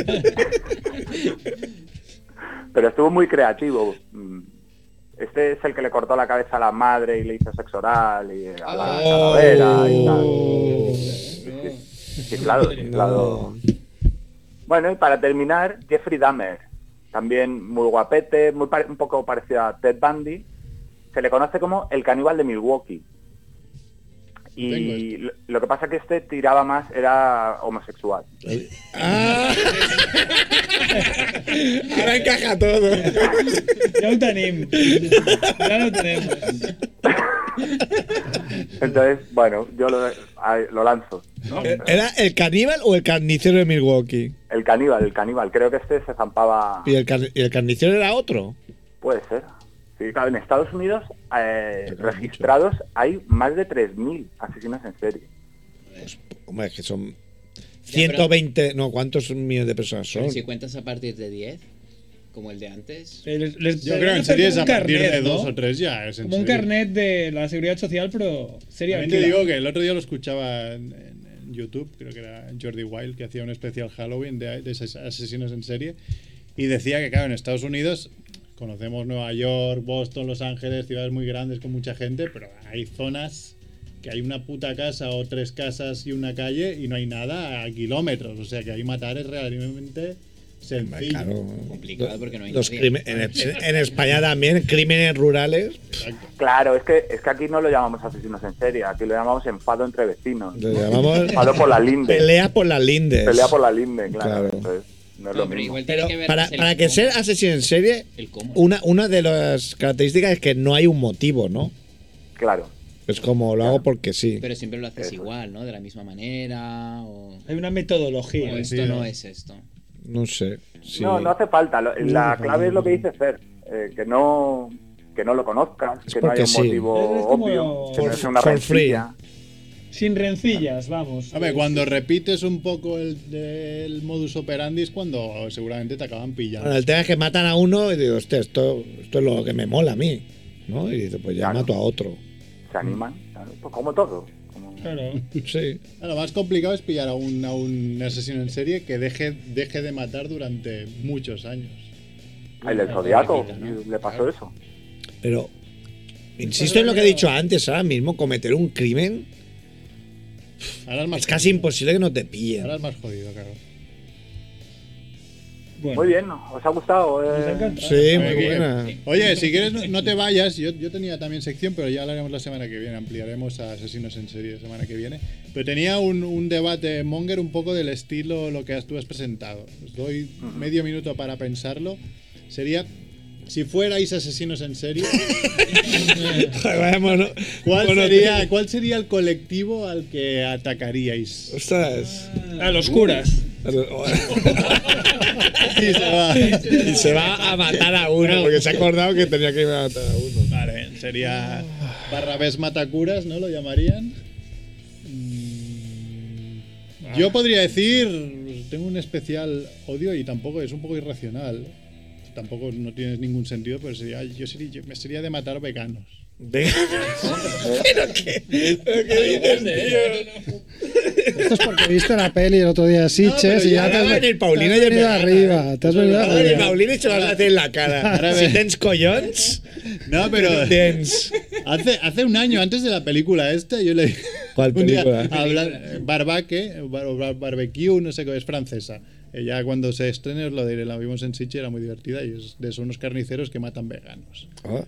Speaker 9: Pero estuvo muy creativo. Mm. Este es el que le cortó la cabeza a la madre y le hizo sexo oral y a
Speaker 1: Ah.
Speaker 9: la calavera y tal.
Speaker 1: Oh.
Speaker 9: Sí, Chiflado, chiflado. Bueno, y para terminar, Jeffrey Dahmer. También muy guapete, muy pare- un poco parecido a Ted Bundy. Se le conoce como el caníbal de Milwaukee. Y lo- lo que pasa es que este tiraba más, era homosexual.
Speaker 1: Ahora encaja todo.
Speaker 5: Ya lo tenemos. Ya lo tenemos.
Speaker 9: Entonces, bueno, yo lo, ahí, lo lanzo.
Speaker 1: ¿Era el caníbal o el carnicero de Milwaukee?
Speaker 9: El caníbal, el caníbal. Creo que este se zampaba,
Speaker 1: ¿Y el, car- y el carnicero era otro?
Speaker 9: puede ser. Sí, claro, en Estados Unidos eh, registrados hay más de 3.000 asesinos en serie.
Speaker 1: Hombre, es que son 120, no, ¿cuántos millones de personas son?
Speaker 8: Pero si cuentas a partir de 10, como el de antes.
Speaker 5: Eh,
Speaker 3: Yo creo que en series a partir de dos o tres ya. Es en
Speaker 5: Como un
Speaker 3: series.
Speaker 5: carnet de la seguridad social, pero sería
Speaker 3: También te digo que el otro día lo escuchaba en, en- en YouTube, creo que era Jordi Wild, que hacía un especial Halloween de, de ases- asesinos en serie, y decía que, claro, en Estados Unidos conocemos Nueva York, Boston, Los Ángeles, ciudades muy grandes con mucha gente, pero hay zonas que hay una puta casa o tres casas y una calle y no hay nada a kilómetros, o sea que ahí matar es realmente sencillo.
Speaker 1: Claro.
Speaker 8: Complicado porque no hay
Speaker 1: Los
Speaker 8: nadie.
Speaker 1: crimen- en, en España también, crímenes rurales.
Speaker 9: Claro, es que, es que aquí no lo llamamos asesinos en serie, aquí lo llamamos enfado entre vecinos.
Speaker 1: Lo llamamos
Speaker 9: Enfado por la linde.
Speaker 1: Pelea por las lindes.
Speaker 9: Pelea por la linde,
Speaker 1: Claro.
Speaker 9: claro. Entonces, no es lo mismo.
Speaker 8: Pero que ver
Speaker 1: Para,
Speaker 8: el
Speaker 1: para que
Speaker 8: cómo.
Speaker 1: ser asesino en serie, una, una de las características es que no hay un motivo, ¿no?
Speaker 9: Claro.
Speaker 1: Es como lo hago porque sí.
Speaker 8: Pero siempre lo haces igual, ¿no? De la misma manera. O,
Speaker 5: Hay una metodología.
Speaker 8: o esto no es esto.
Speaker 1: No sé. sí.
Speaker 9: No, no hace falta. Lo-
Speaker 1: No
Speaker 9: La
Speaker 1: hace
Speaker 9: clave
Speaker 1: falta.
Speaker 9: es lo que dice Fer, eh, que no que no lo conozcas, que no
Speaker 1: porque
Speaker 9: haya un
Speaker 1: sí.
Speaker 9: motivo
Speaker 5: como-
Speaker 9: obvio, que no es
Speaker 1: For-
Speaker 9: una
Speaker 1: for
Speaker 9: rencilla.
Speaker 5: Sin rencillas, vamos.
Speaker 3: A ver, cuando repites un poco el, el modus operandi es cuando seguramente te acaban pillando.
Speaker 1: Bueno, el tema es que matan a uno y digo, hostia, esto, esto es lo que me mola a mí. ¿no? Y dices, pues ya mato a otro.
Speaker 9: Se animan, claro, pues como todo.
Speaker 5: Claro.
Speaker 1: Sí.
Speaker 3: Lo más complicado es pillar a un, a un asesino en serie que deje, deje de matar durante muchos años.
Speaker 9: El del Zodiaco, le pasó eso.
Speaker 1: Pero insisto en lo que he dicho antes, ahora mismo cometer un crimen
Speaker 3: Ahora es, más
Speaker 1: es casi imposible que no te pillen.
Speaker 3: Ahora es más jodido, claro.
Speaker 9: Muy bien, ¿os ha gustado? Eh,
Speaker 1: Sí, muy
Speaker 3: Oye, que-
Speaker 1: buena.
Speaker 3: Oye, si quieres, no, no te vayas. Yo, yo tenía también sección, pero ya hablaremos la semana que viene. Ampliaremos a asesinos en serie la semana que viene. Pero tenía un, un debate, Monger, un poco del estilo lo que has- tú has presentado. Os doy medio minuto para pensarlo. Sería. Si fuerais asesinos en serie,
Speaker 1: Joder, vaya mono-
Speaker 3: ¿cuál
Speaker 1: mono-
Speaker 3: sería, ¿cuál sería el colectivo al que atacaríais?
Speaker 1: Ostras.
Speaker 5: A los curas.
Speaker 3: Y se va.
Speaker 1: Y se va a matar a uno, porque se ha acordado que tenía que ir a matar a uno.
Speaker 3: Vale, sería Barrabés Matacuras, ¿no? Lo llamarían. Mm, Yo podría decir, tengo un especial odio y tampoco es un poco irracional. Tampoco no tiene ningún sentido, pero sería, yo sería, yo- me sería de matar veganos.
Speaker 4: Esto es porque viste la peli el otro día de Sitches
Speaker 1: pero
Speaker 4: y
Speaker 1: ya
Speaker 4: ya te has,
Speaker 1: acaba en el Paulino
Speaker 4: te
Speaker 1: y
Speaker 4: has
Speaker 1: en
Speaker 4: venido
Speaker 1: Vegana.
Speaker 4: arriba. Te has venido
Speaker 1: Madre de
Speaker 4: arriba.
Speaker 1: Paulina se lo vas a hacer en la cara.
Speaker 3: Ahora
Speaker 1: Si
Speaker 3: ve.
Speaker 1: tens collons,
Speaker 3: No, pero
Speaker 1: tens.
Speaker 3: hace, hace un año, antes de la película esta, yo le
Speaker 1: ¿Cuál
Speaker 3: un día
Speaker 1: película?
Speaker 3: habla- barbaque, bar- bar- barbecue, no sé qué, es francesa. Eh, Ya cuando se estrene os lo diré, la vimos en Sitges, era muy divertida y es de son unos carniceros que matan veganos.
Speaker 1: Ah,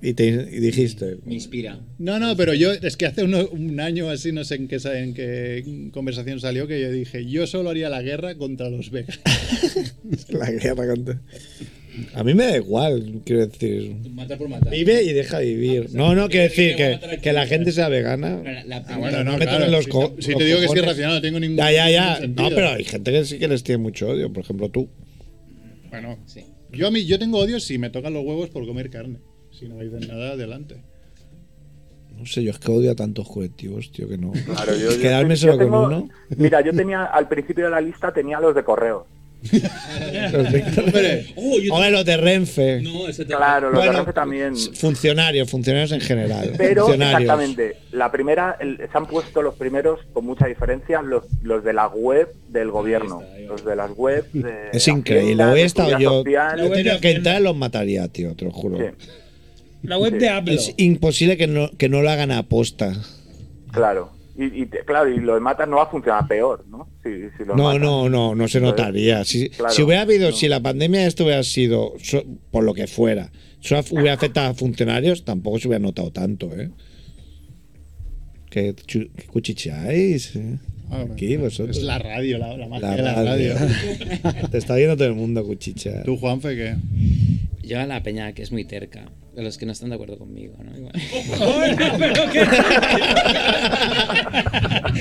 Speaker 1: Y, te, y dijiste.
Speaker 8: Me inspira.
Speaker 3: No, no, pero yo es que hace uno- un año así, no sé en qué, sa- en qué conversación salió, que yo dije, yo solo haría la guerra contra los veganos.
Speaker 1: La guerra contra- A mí me da igual, quiero decir.
Speaker 11: Matar por matar.
Speaker 1: Vive y deja vivir. No, no, quiero decir que, que la gente sea vegana.
Speaker 8: La, la primera-
Speaker 1: Ah, no, me toques los
Speaker 3: si,
Speaker 1: co-
Speaker 3: te- si
Speaker 1: los
Speaker 3: te digo que es
Speaker 1: cojones.
Speaker 3: irracional, no tengo ningún
Speaker 1: Ya, ya, ya.
Speaker 3: ningún
Speaker 1: No,
Speaker 3: sentido.
Speaker 1: pero hay gente que sí que les tiene mucho odio, por ejemplo tú.
Speaker 3: Bueno,
Speaker 8: Sí.
Speaker 3: yo, a mí, yo tengo odio si me tocan los huevos por comer carne. Si no me dicen nada, adelante.
Speaker 1: No sé, yo es que odio a tantos colectivos, tío, que no.
Speaker 9: Claro, yo- yo-
Speaker 1: Quedarme
Speaker 9: yo
Speaker 1: solo con
Speaker 9: tengo-
Speaker 1: uno.
Speaker 9: Mira, yo tenía, al principio de la lista tenía los de correo.
Speaker 1: Hombre,
Speaker 2: Oh,
Speaker 1: Hombre, los de
Speaker 5: Oh.
Speaker 1: Renfe.
Speaker 9: Claro, los de
Speaker 1: Bueno,
Speaker 9: Renfe también.
Speaker 1: Funcionarios, funcionarios en general.
Speaker 9: Pero
Speaker 1: funcionarios.
Speaker 9: exactamente, la primera, el- se han puesto los primeros con mucha diferencia los, los de la web del gobierno, los de las web de
Speaker 1: Es increíble. Hoy he estado
Speaker 9: Seguridad
Speaker 1: yo.
Speaker 9: Social.
Speaker 1: Yo tenía que entrar, los mataría, tío, te lo juro.
Speaker 5: La web de Apple.
Speaker 1: Es imposible que no, que no lo hagan a aposta.
Speaker 9: claro. Y, y te- claro, y lo de matas no va a funcionar peor, ¿no? Si, si lo
Speaker 1: No,
Speaker 9: matas.
Speaker 1: no, no, no se
Speaker 9: Entonces,
Speaker 1: notaría. Si,
Speaker 9: claro,
Speaker 1: si hubiera habido, si la pandemia esto hubiera sido, so- por lo que fuera, solo af- hubiera afectado a funcionarios, tampoco se hubiera notado tanto, ¿eh? Que, chu- que cuchicheáis, ¿eh? Aquí vosotros.
Speaker 3: Es la radio, la, la
Speaker 1: La
Speaker 3: magia de la radio.
Speaker 1: radio. Te está viendo todo el mundo cuchichear.
Speaker 3: ¿Tú, Juanfe, qué?
Speaker 8: Yo a la peña que es muy terca. De los que no están de acuerdo conmigo, ¿no? Igual.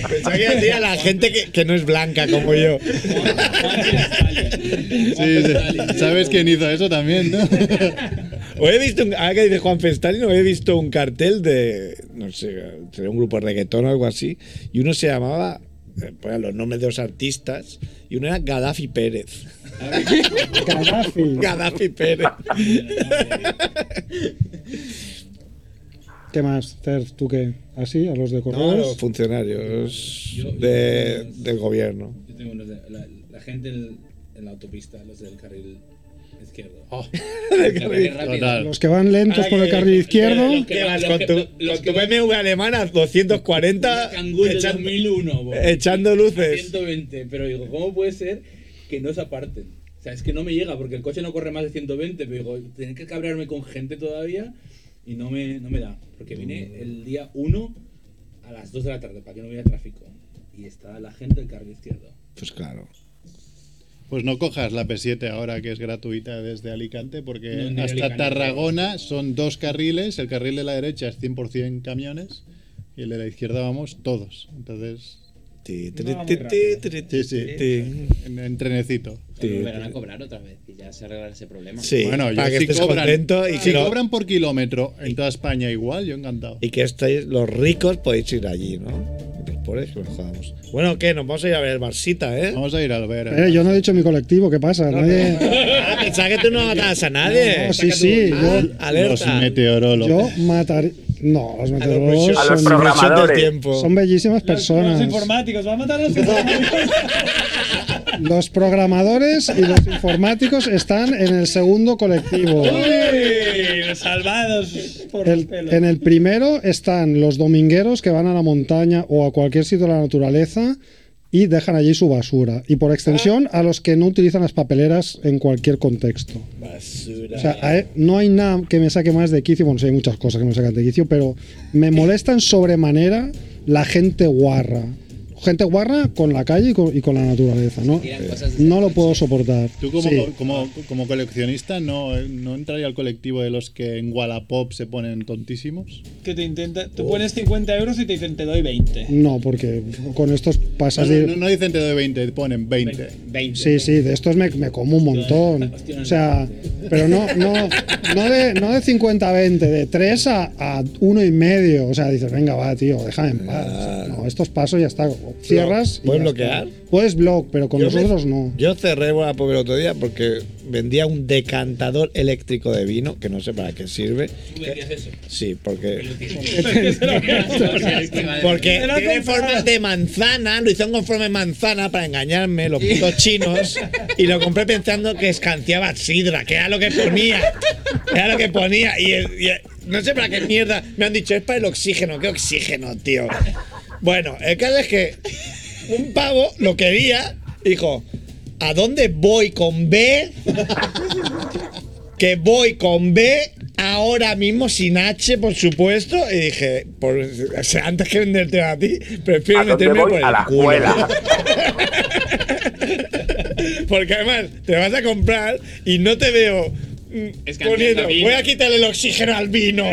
Speaker 1: Pensaba que decía la gente que, que no es blanca como yo.
Speaker 3: Sí, sí. ¿Sabes quién hizo eso también, no?
Speaker 1: Hoy he visto, un, ahora que dice Juan Festalino, he visto un cartel de, no sé, sería un grupo de reggaetón o algo así, y uno se llamaba, eh, ponían los nombres de los artistas, y uno era Gaddafi Pérez.
Speaker 4: Gaddafi.
Speaker 1: Gaddafi Pérez.
Speaker 4: ¿Qué más, Ter? ¿Tú qué? ¿Así? ¿A los de
Speaker 1: No,
Speaker 4: correos?
Speaker 1: los funcionarios de- del gobierno.
Speaker 2: Yo tengo los de- la, la gente en, en la autopista, los del carril izquierdo.
Speaker 1: Del
Speaker 2: carril
Speaker 1: carril.
Speaker 2: rápido.
Speaker 4: Los que van lentos
Speaker 1: Ahora
Speaker 4: por el
Speaker 1: que-
Speaker 4: carril izquierdo.
Speaker 2: los
Speaker 1: ¿Qué vas
Speaker 2: los
Speaker 1: con
Speaker 2: que-
Speaker 1: tu,
Speaker 2: los-
Speaker 1: con tu BMW alemana 240
Speaker 2: Canguro de
Speaker 1: echando,
Speaker 2: 2001, bo.
Speaker 1: echando
Speaker 5: Pues.
Speaker 1: luces?
Speaker 2: 120, pero digo, ¿cómo puede ser que no se aparten? O sea, es que no me llega porque el coche no corre más de 120, pero digo, tener que cabrearme con gente todavía y no me, no me da. Porque
Speaker 5: Mm.
Speaker 2: vine el día 1 a las 2 de la tarde para que no hubiera tráfico. Y está la gente del carril izquierdo.
Speaker 1: Pues claro.
Speaker 3: Pues no cojas la P7 ahora que es gratuita desde Alicante, porque
Speaker 2: No, ni
Speaker 3: hasta
Speaker 2: Alicante.
Speaker 3: Tarragona son dos carriles. El carril de la derecha es 100% camiones y el de la izquierda vamos todos. Entonces,
Speaker 2: No
Speaker 1: Ti,
Speaker 2: va muy
Speaker 1: ti, ti,
Speaker 2: rápido.
Speaker 1: ti, ti,
Speaker 3: sí, sí,
Speaker 1: ti.
Speaker 3: en, en trenecito.
Speaker 1: Sí,
Speaker 8: Lo van
Speaker 1: sí.
Speaker 8: a cobrar otra vez y ya se arreglará ese problema.
Speaker 1: Sí,
Speaker 3: Bueno, yo
Speaker 1: para que
Speaker 3: si
Speaker 1: estés
Speaker 3: cobran,
Speaker 1: contento y
Speaker 3: si
Speaker 1: que, lo-
Speaker 3: cobran por kilómetro en toda España igual, yo encantado.
Speaker 1: y que estéis los ricos podéis ir allí, ¿no? Y los pobres que nos jodamos. Bueno, ¿qué? Nos vamos a ir a ver el Barsita, ¿eh?
Speaker 3: Vamos a ir a ver.
Speaker 4: Eh, yo no he dicho mi colectivo, ¿qué pasa? Nadie-
Speaker 1: Ah, pensaba que tú no matabas a nadie.
Speaker 4: No, sí, sí.
Speaker 1: Ah,
Speaker 4: Yo,
Speaker 3: Los
Speaker 1: alerta.
Speaker 3: meteorólogos.
Speaker 4: yo mataré. No, los meteorólogos
Speaker 1: Ah, A
Speaker 9: A
Speaker 4: son,
Speaker 9: los
Speaker 1: Son del
Speaker 9: programadores.
Speaker 1: tiempo.
Speaker 4: son bellísimas
Speaker 5: Los
Speaker 4: personas.
Speaker 5: informáticos, va a matar a los informáticos.
Speaker 4: Los programadores y los informáticos están en el segundo colectivo.
Speaker 5: Uy, los salvados por el,
Speaker 4: El-
Speaker 5: pelo.
Speaker 4: en el primero están los domingueros que van a la montaña o a cualquier sitio de la naturaleza y dejan allí su basura. Y por extensión,
Speaker 3: Ah.
Speaker 4: a los que no utilizan las papeleras en cualquier contexto.
Speaker 1: Basura.
Speaker 4: O sea, a- e, no hay nada que me saque más de quicio. Bueno, sí, hay muchas cosas que me sacan de quicio, pero me molestan sobremanera la gente guarra. Gente guarra con la calle y con, y con la naturaleza, ¿no?
Speaker 8: Tiran cosas desde
Speaker 4: No lo
Speaker 8: el
Speaker 4: puedo soportar.
Speaker 3: Tú como,
Speaker 4: Sí.
Speaker 3: como, como coleccionista no, no entraría al colectivo de los que en Wallapop se ponen tontísimos.
Speaker 5: Que te intenta, tú pones 50 euros y te dicen te doy 20.
Speaker 4: No, porque con estos
Speaker 3: No,
Speaker 4: pasas...
Speaker 3: no,
Speaker 4: de-
Speaker 3: no- no dicen te doy 20, ponen 20.
Speaker 8: 20.
Speaker 4: Sí, sí, de estos me, me como un montón. O sea, pero no, no, no de, no de 50 a 20, de 3 a, a 1 y medio. O sea, dices, venga, va, tío, déjame en paz. O sea, no, estos pasos ya está. O Cierras. y
Speaker 1: ¿Puedes
Speaker 4: ya está.
Speaker 1: bloquear?
Speaker 4: Puedes block, pero con
Speaker 1: Yo me-
Speaker 4: nosotros no.
Speaker 1: Yo cerré Wallapop el otro día porque vendía un decantador eléctrico de vino, que no sé para qué sirve.
Speaker 2: ¿Tú vendías eso?
Speaker 1: Sí, porque.
Speaker 5: Te
Speaker 1: Porque
Speaker 5: lo he
Speaker 1: tiene
Speaker 5: comprado.
Speaker 1: formas de manzana, lo hicieron con forma de manzana para engañarme, los putos chinos, y lo compré pensando que escanciaba sidra, que era lo que ponía. Era lo que ponía. Y, y- no sé para qué mierda. Me han dicho, es para el oxígeno, qué oxígeno, tío. Bueno, el caso es que un pavo lo quería, dijo, ¿a dónde voy con B? que voy con B ahora mismo sin H, por supuesto, y dije, por- o sea, antes que venderte a ti, prefiero
Speaker 9: ¿A dónde
Speaker 1: meterme
Speaker 9: voy?
Speaker 1: por el
Speaker 9: A la
Speaker 1: culo.
Speaker 9: escuela.
Speaker 1: Porque además te vas a comprar y no te veo mm,
Speaker 8: Es que
Speaker 1: poniendo,
Speaker 8: entiendo vino.
Speaker 1: voy a quitarle el oxígeno al vino.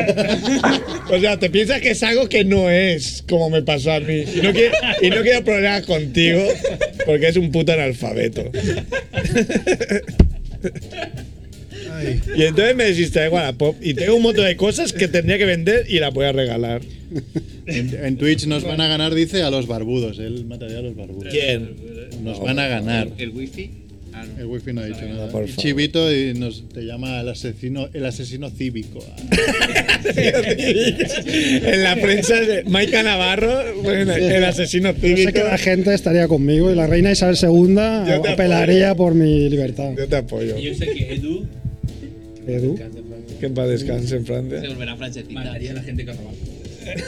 Speaker 1: o sea, te piensas que es algo que no es, como me pasó a mí. Y no quiero, y no quiero problemas contigo, porque es un puto analfabeto. Y entonces me desistí de Wallapop y tengo un montón de cosas que tendría que vender y la voy a regalar.
Speaker 3: En, en Twitch nos van a ganar, dice, a los barbudos. Él mataría a los barbudos.
Speaker 1: ¿Quién?
Speaker 3: Nos van a ganar.
Speaker 8: ¿El wifi? Ah, no.
Speaker 3: El wifi no ha dicho nada.
Speaker 1: por
Speaker 3: Y
Speaker 1: favor.
Speaker 3: Chivito y nos, te llama el asesino, el asesino cívico. Ah.
Speaker 1: en la prensa de Maica Navarro, bueno, el asesino
Speaker 4: Yo
Speaker 1: cívico.
Speaker 4: sé que la gente estaría conmigo y la reina Isabel II
Speaker 1: apoyo.
Speaker 4: apelaría por mi libertad.
Speaker 1: Yo te apoyo.
Speaker 2: Y yo sé que Edu
Speaker 4: Edu.
Speaker 1: Que en paz descanse en Francia.
Speaker 8: Se volverá francesita.
Speaker 2: mataría a la gente que robaba.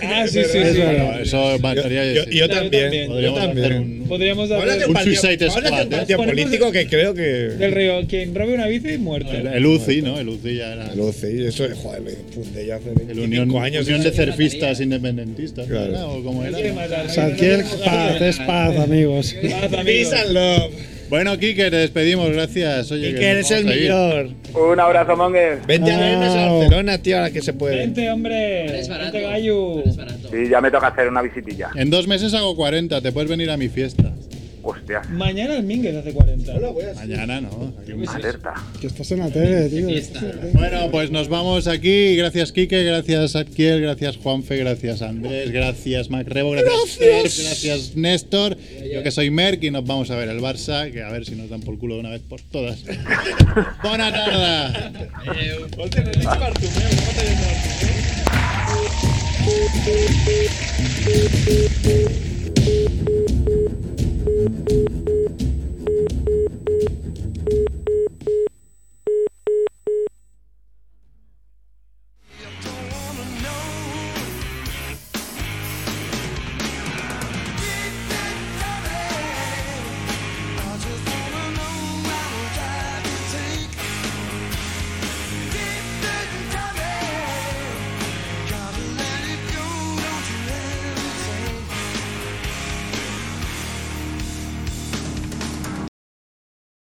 Speaker 5: Ah, sí, sí,
Speaker 3: Es
Speaker 5: sí.
Speaker 3: verdad, eso mataría
Speaker 1: Yo, yo
Speaker 5: Yo también.
Speaker 1: también. Yo
Speaker 3: Podríamos hacer
Speaker 1: también.
Speaker 3: un.
Speaker 5: Podríamos
Speaker 1: Ahora
Speaker 5: hablar
Speaker 1: te
Speaker 3: Un
Speaker 1: partido-
Speaker 3: Suicide
Speaker 1: ahora te
Speaker 3: Squad, ¿eh?
Speaker 1: partido
Speaker 5: Ponemos-
Speaker 1: político que creo
Speaker 5: del
Speaker 1: que.
Speaker 5: río. Quien robe una bici, muerto.
Speaker 3: El, el UCI, ¿no? El UCI ya era.
Speaker 1: Luce, y eso, joder, lo difunde ya hace 25
Speaker 3: El Unión,
Speaker 1: años.
Speaker 3: Unión de
Speaker 1: eso.
Speaker 3: Cerfistas Independentistas.
Speaker 1: Claro.
Speaker 3: ¿era? ¿O cómo era?
Speaker 5: Quiere matar, ¿no?
Speaker 4: Sadkiel, paz, es paz, amigos.
Speaker 5: Paz, amigo.
Speaker 1: Peace and love.
Speaker 3: Bueno, Kike, te despedimos, gracias. Oye,
Speaker 1: Y
Speaker 3: nos
Speaker 1: que eres el Ah.
Speaker 3: vamos a ir.
Speaker 1: mejor.
Speaker 9: Un abrazo, Monger.
Speaker 1: Vente a vernos a
Speaker 4: Au.
Speaker 1: Barcelona, tío, ahora que se puede.
Speaker 5: Vente, hombre.
Speaker 8: Es barato.
Speaker 5: Vente, gallo.
Speaker 8: Es barato.
Speaker 9: Sí, ya me toca hacer una visitilla.
Speaker 3: En dos meses hago 40, te puedes venir a mi fiesta.
Speaker 9: Hostia,
Speaker 5: Mañana el Minguez hace 40.
Speaker 3: Mañana no. aquí un-
Speaker 9: alerta.
Speaker 4: Que estás en la tele, tío.
Speaker 8: Fiesta.
Speaker 3: Bueno, pues nos vamos aquí. Gracias, Quique, gracias, Adquiel, gracias, Juanfe, gracias, Andrés, gracias, Macrebo, gracias, Serf, gracias, Néstor. Yo que soy Merck y nos vamos a ver el Barça, que a ver si nos dan por culo de una vez por todas. Buena tarde.